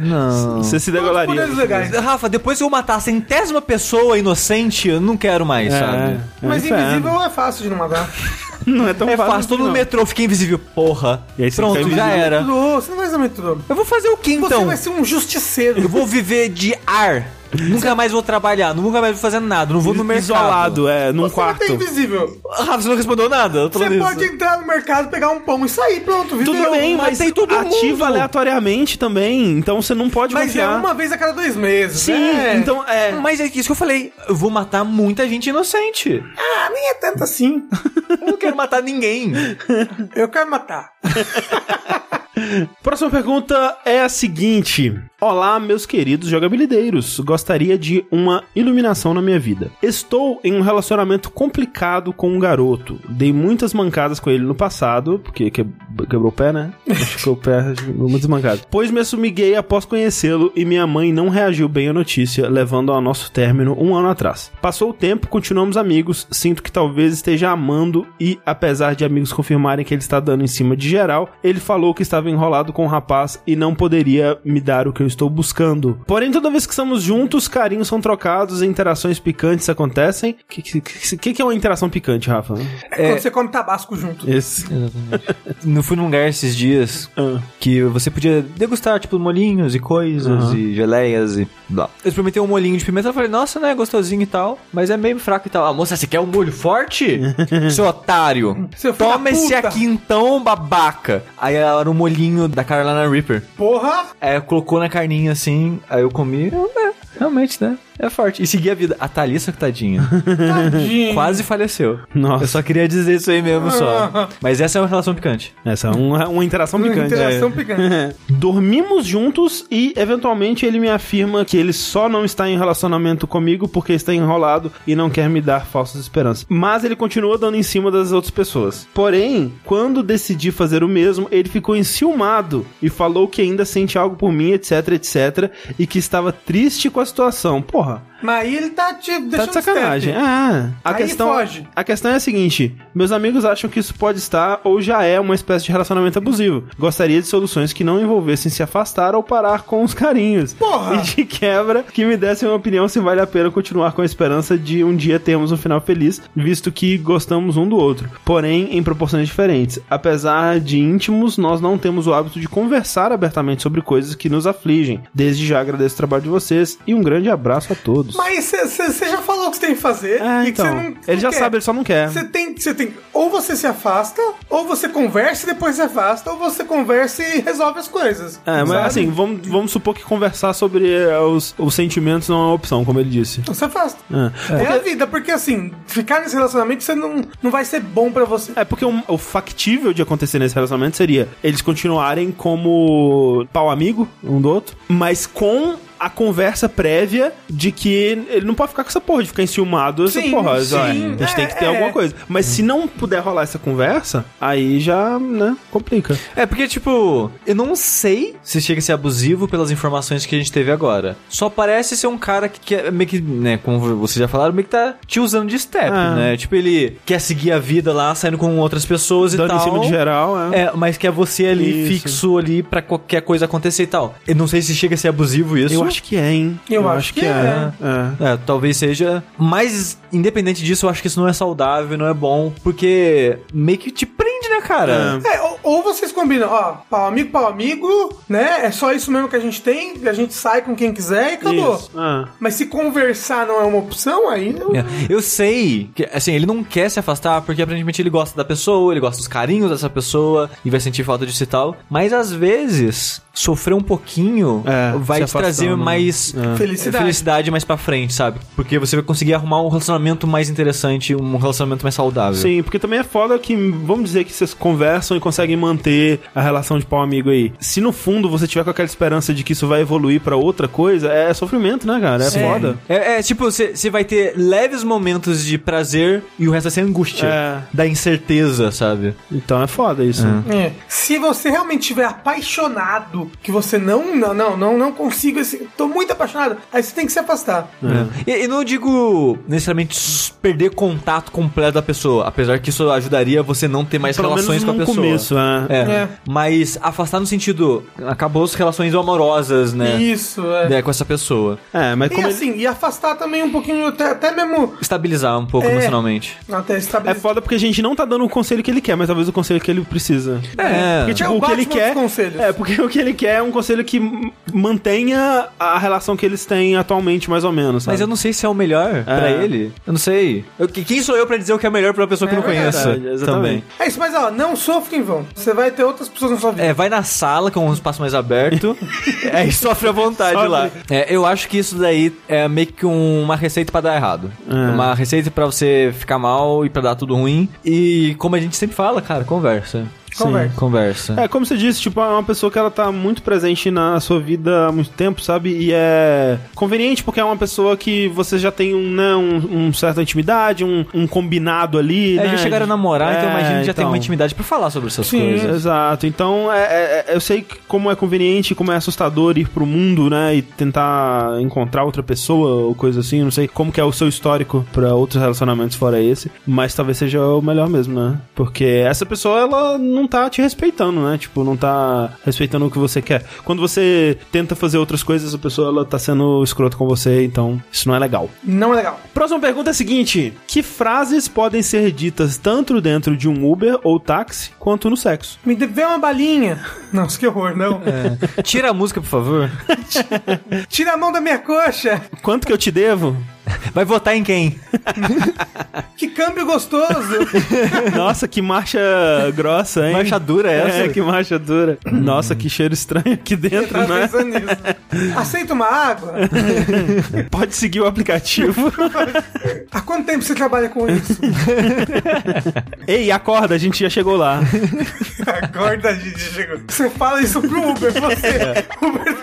S2: Não.
S3: Não.
S1: Você se
S2: Todos os
S1: degolaria.
S2: poderes legais.
S3: Rafa, depois que eu matar a centésima pessoa inocente, eu não quero mais,
S1: É,
S3: sabe?
S1: é
S2: Mas
S1: inferno.
S2: invisível é fácil de não matar.
S1: não é tão
S3: É
S1: fácil.
S3: fácil, todo
S1: assim,
S3: no
S1: não.
S3: metrô fica invisível. Porra.
S1: E aí você
S3: Pronto,
S1: fica
S3: já
S1: invisível.
S3: era.
S2: Lu, Você não vai ser muito louco.
S3: Eu vou fazer o que
S2: Você
S3: então?
S2: vai ser um justiceiro.
S3: Eu vou viver de ar. Nunca mais vou trabalhar, nunca mais vou fazer nada, não vou no mercado.
S1: Isolado, é, num
S2: Você
S1: quarto.
S2: vai ter invisível.
S3: Rafa, você não respondeu nada? Eu tô
S2: Você
S3: falando isso.
S2: pode entrar no mercado, pegar um pão e sair, pronto. Viveu.
S1: Tudo bem, mas
S3: matei todo mundo.
S1: ativa aleatoriamente também. Então você não pode
S2: Mas é
S1: confiar.
S2: uma vez a cada dois meses.
S1: Sim,
S2: né?
S1: então é.
S3: Mas é isso que eu falei. Eu vou matar muita gente inocente.
S2: Ah, nem é tanto assim.
S3: Eu não quero matar ninguém.
S2: Eu quero matar.
S1: Próxima pergunta é a seguinte: Olá, meus queridos jogabilideiros. Gostaria de uma iluminação na minha vida. Estou em um relacionamento complicado com um garoto. Dei muitas mancadas com ele no passado, porque que- quebrou o pé, né? Ficou o pé, muitas mancadas. Pois me assumi gay após conhecê-lo e minha mãe não reagiu bem à notícia, levando ao nosso término um ano atrás. Passou o tempo, continuamos amigos. Sinto que talvez esteja amando e, apesar de amigos confirmarem que ele está dando em cima de geral, ele falou que estava enrolado com o rapaz e não poderia me dar o que eu estou buscando. Porém, toda vez que estamos juntos, carinhos são trocados e interações picantes acontecem. O que, que- que- que- que é uma interação picante, Rafa?
S2: É quando você come tabasco junto.
S1: Esse.
S3: Não fui num lugar esses dias
S1: Ah.
S3: que você podia degustar, tipo, molinhos e coisas
S1: Aham.
S3: e geleias e blá. Eu experimentei um molinho de pimenta e falei, nossa, né, gostosinho e tal, mas é meio fraco e tal. Ah, moça, você quer um molho forte? Seu otário.
S2: Seu filho
S3: Toma
S2: da
S3: esse
S2: puta."
S3: aqui então, babaca. Aí era um molinho da Carolina Reaper.
S2: Porra!
S3: Aí colocou na carninha assim, aí eu comi. Eu, é, realmente, né? É forte. E seguir a vida. A Thalissa, tadinha.
S2: Tadinho.
S3: Quase faleceu.
S1: Nossa.
S3: Eu só queria dizer isso aí mesmo só. Mas essa é uma relação picante.
S1: Essa é uma, uma interação
S2: Uma
S1: picante.
S2: interação
S1: é.
S2: picante.
S1: Dormimos juntos e, eventualmente, ele me afirma que ele só não está em relacionamento comigo porque está enrolado e não quer me dar falsas esperanças. Mas ele continua dando em cima das outras pessoas. Porém, quando decidi fazer o mesmo, ele ficou enciumado e falou que ainda sente algo por mim, etc, etc, e que estava triste com a situação. Porra,
S2: Mas aí ele tá te deixando
S1: Tá de sacanagem. Ah, a
S2: Aí
S1: questão,
S2: foge.
S1: a questão é a seguinte: meus amigos acham que isso pode estar ou já é uma espécie de relacionamento abusivo. Gostaria de soluções que não envolvessem se afastar ou parar com os carinhos.
S2: Porra!
S1: E de quebra, que me dessem uma opinião se vale a pena continuar com a esperança de um dia termos um final feliz, visto que gostamos um do outro, porém em proporções diferentes. Apesar de íntimos, nós não temos o hábito de conversar abertamente sobre coisas que nos afligem. Desde já agradeço o trabalho de vocês e um grande abraço a todos.
S2: Mas você já falou o que você tem que fazer.
S1: É,
S2: e que
S1: então.
S2: você não,
S1: ele já
S2: quer.
S1: sabe, é. ele só não quer.
S2: Você tem, você tem. Ou você se afasta, ou você conversa e depois se afasta, ou você conversa e resolve as coisas.
S1: É, mas
S2: sabe?
S1: assim, vamos, vamos supor que conversar sobre eh, os, os sentimentos não é uma opção, como ele disse.
S2: Então se afasta.
S1: É,
S2: É, a vida, porque assim, ficar nesse relacionamento você não, não vai ser bom pra você.
S1: É, porque um- o factível de acontecer nesse relacionamento seria eles continuarem como pau amigo um do outro, mas com a conversa prévia de que ele não pode ficar com essa porra de ficar enciumado. Essa
S2: Sim,
S1: porra,
S2: sim,
S1: ó, a gente
S2: é,
S1: tem que ter
S2: é.
S1: alguma coisa. Mas se não puder rolar essa conversa, aí já, né, complica.
S3: É, porque, tipo, eu não sei se chega a ser abusivo pelas informações que a gente teve agora. Só parece ser um cara que quer, meio que, né, como vocês já falaram, meio que tá te usando de step,
S1: Ah.
S3: né? Tipo, ele quer seguir a vida lá, saindo com outras pessoas e
S1: Dando
S3: tal.
S1: em cima de geral, é.
S3: É, mas quer você ali
S1: Isso.
S3: fixo ali pra qualquer coisa acontecer e tal. Eu não sei se chega a ser abusivo isso.
S1: Eu acho que é, hein?
S2: Eu acho que é.
S1: é.
S3: É, talvez seja. Mas, independente disso, eu acho que isso não é saudável, não é bom, porque meio que te prende, né, cara?
S2: É, ou, ou vocês combinam, ó, pau amigo, pau amigo, né? É só isso mesmo que a gente tem, a gente sai com quem quiser e acabou.
S1: Isso. Ah.
S2: Mas se conversar não é uma opção, aí não.
S3: É, Eu sei que, assim, ele não quer se afastar porque aparentemente ele gosta da pessoa, ele gosta dos carinhos dessa pessoa e vai sentir falta disso e tal. Mas às vezes, sofrer um pouquinho
S1: É,
S3: vai
S1: se
S3: te trazer
S1: afastando, né?
S3: mais
S1: É.
S2: Felicidade.
S3: felicidade mais pra frente, sabe? Porque você vai conseguir arrumar um relacionamento mais interessante, um relacionamento mais saudável.
S1: Sim, porque também é foda que, vamos dizer que vocês conversam e conseguem manter a relação de pau amigo aí. Se no fundo você tiver com aquela esperança de que isso vai evoluir pra outra coisa, é sofrimento, né, cara? É foda.
S3: É, é, tipo, você você vai ter leves momentos de prazer e o resto vai ser angústia.
S1: É.
S3: Da incerteza, sabe?
S1: Então é foda isso.
S2: É. Se você realmente estiver apaixonado, que você não, não, não, não, não consigo, esse, tô muito apaixonado, aí você tem que se afastar.
S3: É. E, e não digo necessariamente s- perder contato completo da pessoa, apesar que isso ajudaria você não ter mais
S1: Pelo menos
S3: relações com a
S1: no
S3: pessoa.
S1: começo, né?
S3: É.
S2: É.
S3: Mas afastar no sentido, acabou as relações amorosas, né?
S2: Isso, é.
S3: né, com essa pessoa.
S1: É, mas
S2: E
S1: como ele-
S2: assim, e afastar também um pouquinho, até, até mesmo
S3: Estabilizar um pouco
S2: É.
S3: emocionalmente.
S2: até
S1: É
S2: estabelecer.
S1: foda porque a gente não tá dando o conselho que ele quer, mas talvez o conselho que ele precisa.
S3: É.
S1: Porque, tipo,
S2: É o
S1: o que ele
S2: Batman
S1: quer.
S2: dos conselhos.
S1: É, porque o que ele quer é um conselho que m- mantenha a relação que eles têm atualmente, mais ou menos. Sabe?
S3: Mas eu não sei se é o melhor pra ele. Eu não sei. Eu- que- quem sou eu pra dizer o que é melhor pra uma pessoa que
S2: É
S3: eu não
S2: verdade,
S3: conheço? Também.
S1: exatamente.
S2: É isso, mas ó, não sofra em vão. Você vai ter outras pessoas na sua vida.
S3: É, vai na sala, que é um espaço mais aberto. é, e sofre à vontade
S1: Sofre.
S3: lá. É, eu acho que isso daí é meio que um- uma receita pra dar errado. Uma receita pra você ficar mal e pra dar tudo ruim. E como a gente sempre fala, cara, conversa.
S2: Conversa.
S3: Conversa.
S1: É, como você disse, tipo, é uma pessoa que ela tá muito presente na sua vida há muito tempo, sabe? E é conveniente porque é uma pessoa que você já tem um, né, um, um certa intimidade, um, um combinado ali,
S3: É,
S1: né?
S3: já chegaram a namorar, então
S1: É,
S3: eu imagino que já tem
S1: então.
S3: uma intimidade pra falar sobre essas coisas.
S1: Exato. Então, é- é- é- eu sei que como é conveniente, como é assustador ir pro mundo, né? E tentar encontrar outra pessoa ou coisa assim. Não sei como que é o seu histórico pra outros relacionamentos fora esse. Mas talvez seja o melhor mesmo, né? Porque essa pessoa, ela não tá te respeitando, né? Tipo, não tá respeitando o que você quer. Quando você tenta fazer outras coisas, a pessoa, ela tá sendo escrota com você. Então, isso não é legal.
S2: Não é legal.
S1: Próxima pergunta é a seguinte: Que frases podem ser ditas tanto dentro de um Uber ou táxi quanto no sexo?
S2: Me dever uma balinha. Nossa, que horror, não.
S3: Tira a É. música, por favor.
S2: Tira a mão da minha coxa.
S1: Quanto que eu te devo?
S3: Vai votar em quem?
S2: Que câmbio gostoso!
S1: Nossa, que marcha grossa, hein?
S3: Marcha dura é essa?
S1: É, que marcha dura. Nossa, que cheiro estranho aqui
S2: Eu
S1: dentro,
S2: tava
S1: né?
S2: pensando nisso. Aceita uma água?
S1: Pode seguir o aplicativo.
S2: Há quanto tempo você trabalha com isso?
S1: Ei, acorda, a gente já chegou lá.
S2: Acorda, a gente chegou. É. Você fala isso pro Uber, você. Uber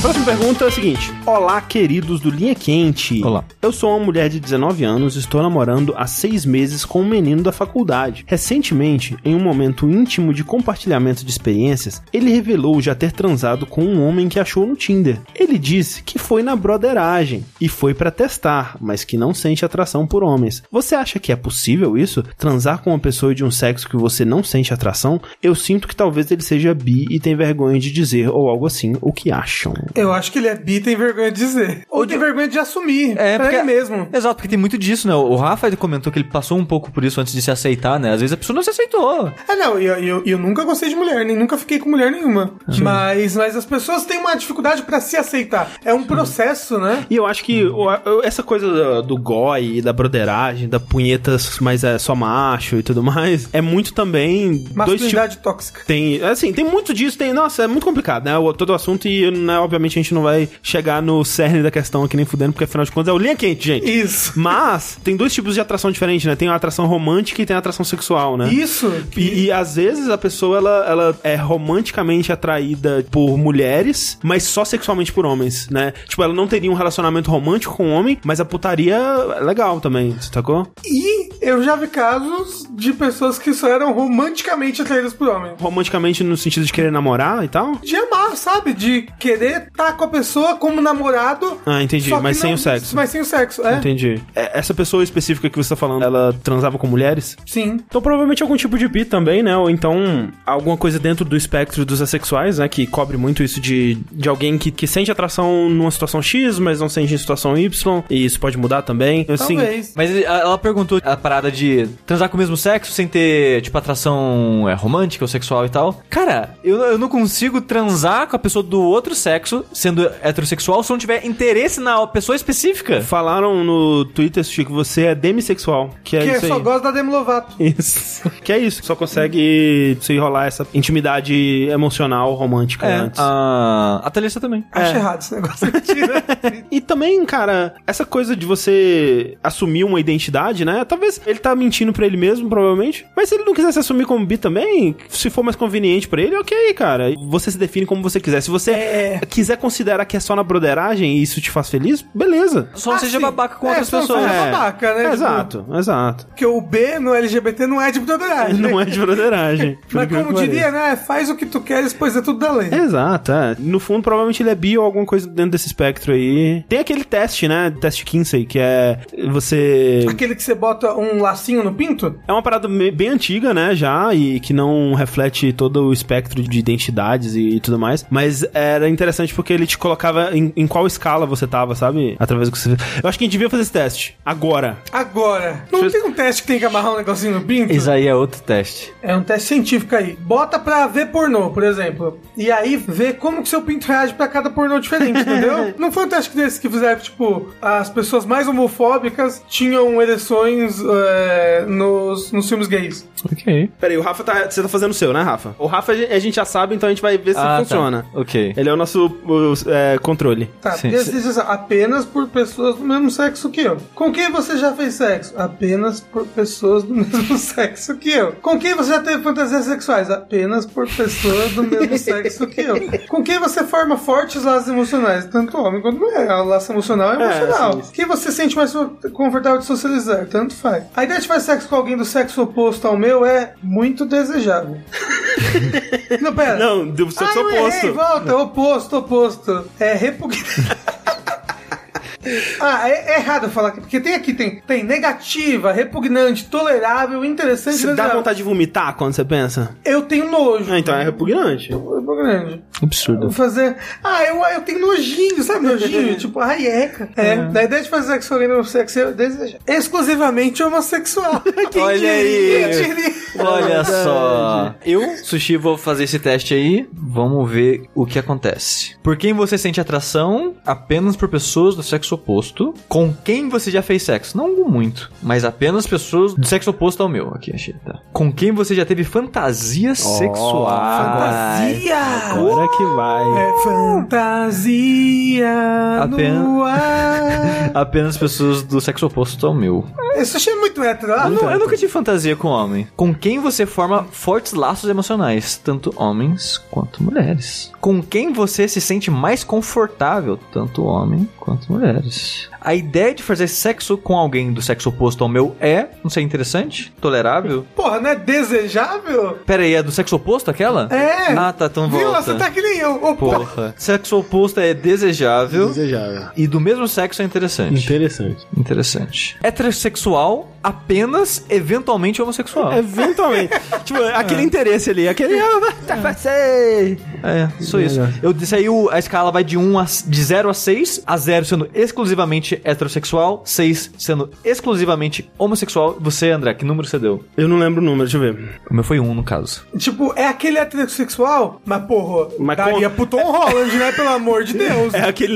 S1: Próxima pergunta é a seguinte: Olá, queridos do Linha Quente.
S3: Olá.
S1: Eu sou uma mulher de 19 anos e estou namorando há seis meses com um menino da faculdade. Recentemente, em um momento íntimo de compartilhamento de experiências, ele revelou já ter transado com um homem que achou no Tinder. Ele disse que foi na broderagem e foi pra testar, mas que não sente atração por homens. Você acha que é possível isso? Transar com uma pessoa de um sexo que você não sente atração? Eu sinto que talvez ele seja bi e tem vergonha de dizer ou algo assim o que acham.
S2: Eu acho que ele é bi, tem vergonha de dizer. Ou tem vergonha de assumir. É, pra ele mesmo.
S3: Exato, porque tem muito disso, né? O Rafa comentou que ele passou um pouco por isso antes de se aceitar, né? Às vezes a pessoa não se aceitou.
S2: Ah, não, eu, eu, eu nunca gostei de mulher, nem nunca fiquei com mulher nenhuma. Mas, mas as pessoas têm uma dificuldade pra se aceitar. É um processo, né?
S1: E eu acho que o- o- essa coisa do, do goi, da broderagem, da punheta, mas é só macho e tudo mais, é muito também dois tipos.
S2: Masculinidade tóxica.
S1: Tem, assim, tem muito disso, tem, nossa, é muito complicado, né? o- Todo o assunto e, né, obviamente, a gente não vai chegar no cerne da questão aqui nem fudendo, porque afinal de contas é o linha quente, gente.
S2: Isso.
S1: Mas tem dois tipos de atração diferente, né? Tem a atração romântica e tem a atração sexual, né?
S2: Isso.
S1: E, e, às vezes a pessoa ela, ela é romanticamente atraída por mulheres, mas só sexualmente por homens, né? Tipo, ela não teria um relacionamento romântico com um homem, mas a putaria é legal também, sacou?
S2: E eu já vi casos de pessoas que só eram romanticamente atraídas por homens.
S1: Romanticamente no sentido de querer namorar e tal?
S2: De amar, sabe? De querer estar com a pessoa como namorado.
S1: Ah, entendi,
S2: só que
S1: mas sem
S2: não-
S1: o sexo.
S2: Mas sem o sexo, é.
S1: Entendi. É, Essa pessoa específica que você tá falando, ela transava com mulheres?
S2: Sim.
S1: Então, provavelmente algum tipo de bi também, né? Ou então alguma coisa dentro do espectro dos assexuais, né? Que cobre muito isso de, de alguém que, que sente atração numa situação X, mas não sente em situação Y. E isso pode mudar também. Assim,
S2: Talvez.
S3: Mas ele- ela perguntou a parada de transar com o mesmo sexo sem ter, tipo, atração é, romântica ou sexual e tal. Cara, eu, eu não consigo transar com a pessoa do outro sexo, sendo heterossexual, se eu não tiver interesse na pessoa específica.
S1: Falaram no Twitter, Chico, que você é demissexual. Que é
S2: que
S1: isso
S2: só
S1: aí.
S2: gosta da Demi Lovato.
S1: Isso. Que é isso. Só consegue se enrolar essa intimidade emocional, romântica
S3: É,
S1: antes.
S3: a, a Thalissa também.
S1: É.
S2: Acho errado esse negócio. né? Mentira.
S1: E também, cara, essa coisa de você assumir uma identidade, né? Talvez ele tá mentindo pra ele mesmo, provavelmente. Mas se ele não quiser se assumir como bi também, se for mais conveniente pra ele, ok, cara. Você se define como você quiser. Se você
S2: É.
S1: quiser considerar que é só na broderagem e isso te faz feliz, beleza.
S3: Só não
S2: Ah,
S3: seja
S2: sim.
S3: babaca com
S2: É,
S3: outras
S2: só não
S3: pessoas.
S2: seja
S3: É.
S2: babaca, né? Tipo,
S1: exato, exato.
S2: Porque o B no LGBT não é de broderagem.
S1: Não é de broderagem. por
S2: Mas
S1: incrível
S2: como
S1: que
S2: diria, né? Faz o que tu queres, pois é tudo da lei.
S1: Exato, é. No fundo, provavelmente ele é bi ou alguma coisa dentro desse espectro aí. Tem aquele teste, né? Teste Kinsey, que é você.
S2: Aquele que você bota um lacinho no pinto?
S1: É uma parada me- bem antiga, né, já, e que não reflete todo o espectro de identidades e, tudo mais. Mas era interessante porque ele te colocava em, em qual escala você tava, sabe? Através do que você. Eu acho que a gente devia fazer esse teste. Agora.
S2: Agora. Não tem um teste que tem que amarrar um negocinho no pinto?
S3: Isso aí é outro teste.
S2: É um teste científico aí. Bota pra ver pornô, por exemplo. E aí vê como que seu pinto reage pra cada pornô diferente, entendeu? Não foi um teste desse que fizeram, tipo, as pessoas mais homofóbicas tinham ereções é, nos, nos filmes gays.
S3: Ok.
S1: Peraí, o Rafa tá. Você tá fazendo o seu, né, Rafa? O Rafa a gente já sabe, então a gente vai ver
S2: Assim
S1: se
S3: Ah, tá.
S1: funciona.
S3: Ok.
S1: Ele é o nosso o, é, controle.
S2: Tá,
S3: Sim.
S2: desejo apenas por pessoas do mesmo sexo que eu. Com quem você já fez sexo? Apenas por pessoas do mesmo sexo que eu. Com quem você já teve fantasias sexuais? Apenas por pessoas do mesmo sexo que eu. Com quem você forma fortes laços emocionais? Tanto homem quanto mulher. O laço emocional é emocional.
S1: sim, sim.
S2: Quem você sente mais confortável de socializar? Tanto faz. A ideia de fazer sexo com alguém do sexo oposto ao meu é muito desejável. Não, pera.
S1: Não, do sexo
S2: Ah, eu
S1: oposto.
S2: errei, volta, oposto, oposto. É repugnante. Ah, é, é errado eu falar que. Porque tem aqui, tem, tem negativa, repugnante, tolerável, interessante.
S1: Você dá
S2: desejável.
S1: vontade de vomitar quando você pensa?
S2: Eu tenho nojo.
S1: Ah, então é repugnante.
S2: Repugnante.
S3: Absurdo.
S2: Fazer. Ah, eu, eu tenho nojinho, sabe? Nojinho? tipo, ai, eca. É. Da ideia de fazer sexo com alguém no sexo, eu desejo. Exclusivamente homossexual. Quem
S3: Olha
S2: diria?
S3: aí.
S2: Quem diria?
S3: Olha só. Eu, Sushi, vou fazer esse teste aí. Vamos ver o que acontece. Por quem você sente atração? Apenas por pessoas do sexo oposto. Com quem você já fez sexo? Não muito, mas apenas pessoas do sexo oposto ao meu. Aqui, achei. Tá. Com quem você já teve fantasia sexual?
S2: Fantasia!
S4: Agora que vai.
S2: É fantasia
S3: Apenas-
S2: no ar.
S3: Apenas pessoas do sexo oposto ao meu.
S2: Isso eu achei muito hétero. Ah,
S3: Eu nu-
S2: não,
S3: eu nunca tive fantasia com homem. Com quem você forma fortes laços emocionais, tanto homens quanto mulheres. Com quem você se sente mais confortável, tanto homem quanto mulheres. A ideia de fazer sexo com alguém do sexo oposto ao meu é, não sei, interessante? Tolerável?
S2: porra, não é desejável?
S3: Pera aí, é do sexo oposto aquela?
S2: É.
S3: Ah, tá, então
S2: Viu?
S3: volta.
S2: Você tá que nem eu. Opa.
S3: Porra. Sexo oposto é desejável
S4: Desejável.
S3: e do mesmo sexo é interessante.
S4: Interessante.
S3: Interessante. Heterossexual, apenas, eventualmente homossexual.
S1: Eventualmente. tipo, aquele interesse ali, aquele.
S2: É.
S3: "Ah, tá, É, só isso. Eu disse aí o- a escala vai de 1 a, de 0 a 6, a 0 sendo exclusivamente heterossexual, 6 sendo exclusivamente homossexual. Você, André, que número você deu?
S1: Eu não lembro o número, deixa eu ver.
S3: O meu foi 1 no caso.
S2: Tipo, é aquele heterossexual, mas porra,
S1: Mas
S2: daria
S1: com-
S2: pro Tom Holland, né? Pelo amor de Deus.
S1: É aquele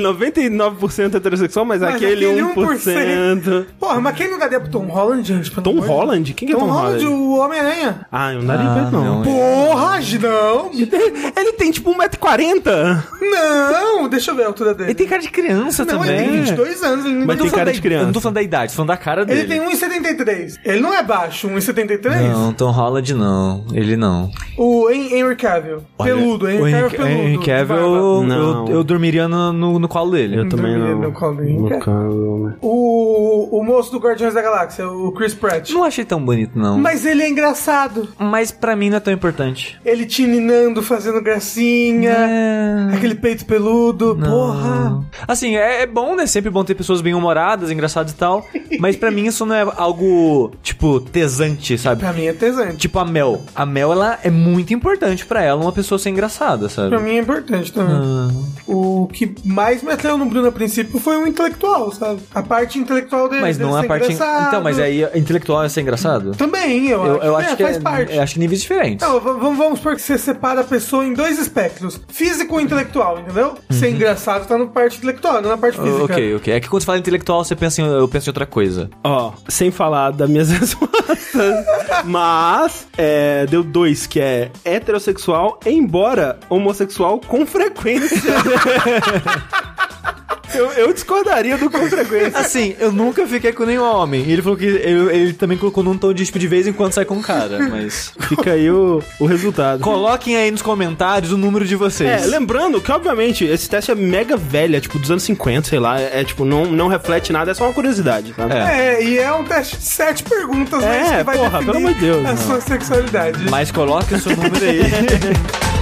S1: 99% heterossexual, mas,
S2: Mas
S1: aquele, 1%.
S2: 1%. Porra, mas quem não daria pro Tom Holland, gente? Pelo
S1: Tom
S2: amor de-
S1: Holland? Quem que é
S2: Tom,
S1: Tom
S2: Holland,
S1: Holland?
S2: o Homem-Aranha.
S1: Ah, eu não daria pra ele,
S3: não,
S1: não.
S3: é.
S1: Pô,
S2: Porra, não.
S1: Ele tem tipo 1,40m.
S2: Não, deixa eu ver a altura dele.
S3: Ele tem cara de criança
S2: não,
S3: também.
S2: ele tem 22 anos. Ele,
S1: Mas
S2: não
S1: tem
S2: sou
S1: cara
S2: da-
S1: de criança.
S3: Eu não tô falando da idade, tô falando da cara dele.
S2: Ele tem 1,73. Ele não é baixo, 1,73?
S3: Não, Tom Holland não. Ele não.
S2: O Hen- Henry Cavill.
S3: Olha,
S2: peludo,
S3: o
S2: Henry Cavill
S3: Henry-
S2: peludo.
S3: Henry Cavill,
S2: Barba.
S3: eu,
S1: Não.
S3: eu dormiria no, no, no colo dele.
S1: Eu também
S2: dormiria
S1: não.
S2: no colo dele.
S1: No colo, né?
S2: O, o moço do Guardiões da Galáxia, o Chris Pratt.
S3: Não achei tão bonito, não. Mas,
S2: Mas ele é engraçado.
S3: mas pra mim não é tão importante.
S2: Ele tininando, fazendo gracinha.
S3: É...
S2: Aquele peito peludo.
S3: Não.
S2: Porra.
S3: Assim, é, é bom, né? Sempre bom ter pessoas bem-humoradas, engraçadas e tal. Mas pra mim isso não é algo, tipo, tesante, sabe?
S2: Pra mim é tesante.
S3: Tipo a Mel. A Mel, ela é muito importante pra ela uma pessoa ser engraçada,
S2: Pra
S3: sabe? Ah.
S2: mim é importante também. O que mais me atraiu no Bruno a princípio foi o intelectual, sabe? A parte intelectual dele.
S3: Mas
S2: dele
S3: não
S2: ser
S3: a parte.
S2: engraçado.
S3: Então, mas aí intelectual é ser engraçado?
S2: Também, eu,
S3: Eu,
S2: acho.
S3: eu
S2: É,
S3: acho que
S2: faz
S3: é,
S2: parte.
S3: eu acho que níveis diferentes.
S2: Não, v- v- vamos supor que você separa a pessoa em dois espectros: físico e intelectual, entendeu? Ser engraçado tá na parte intelectual, não na parte física.
S3: Uhum. ok, ok. É que quando você fala intelectual, você pensa em, eu penso em outra coisa.
S1: Ó, sem falar das minhas respostas, mas é, deu dois, que é heterossexual, embora homossexual com frequência. eu, eu discordaria do com frequência.
S3: Assim, eu nunca fiquei com nenhum homem. E ele falou que ele, ele também colocou num tom de tipo de vez em quando sai com o cara, mas.
S1: Fica aí o, o resultado.
S3: Coloquem aí nos comentários o número de
S1: É,
S3: vocês.
S1: lembrando que, obviamente, esse teste é mega velho, é tipo dos anos 50, sei lá. É tipo, não, não reflete nada, é só uma curiosidade. tá?
S3: É.
S2: É, e é um teste de sete perguntas, né?
S1: É,
S2: Isso que vai
S1: porra,
S2: definir
S1: pelo amor de Deus,
S2: a
S1: não.
S2: sua sexualidade.
S3: Mas coloque o seu número aí.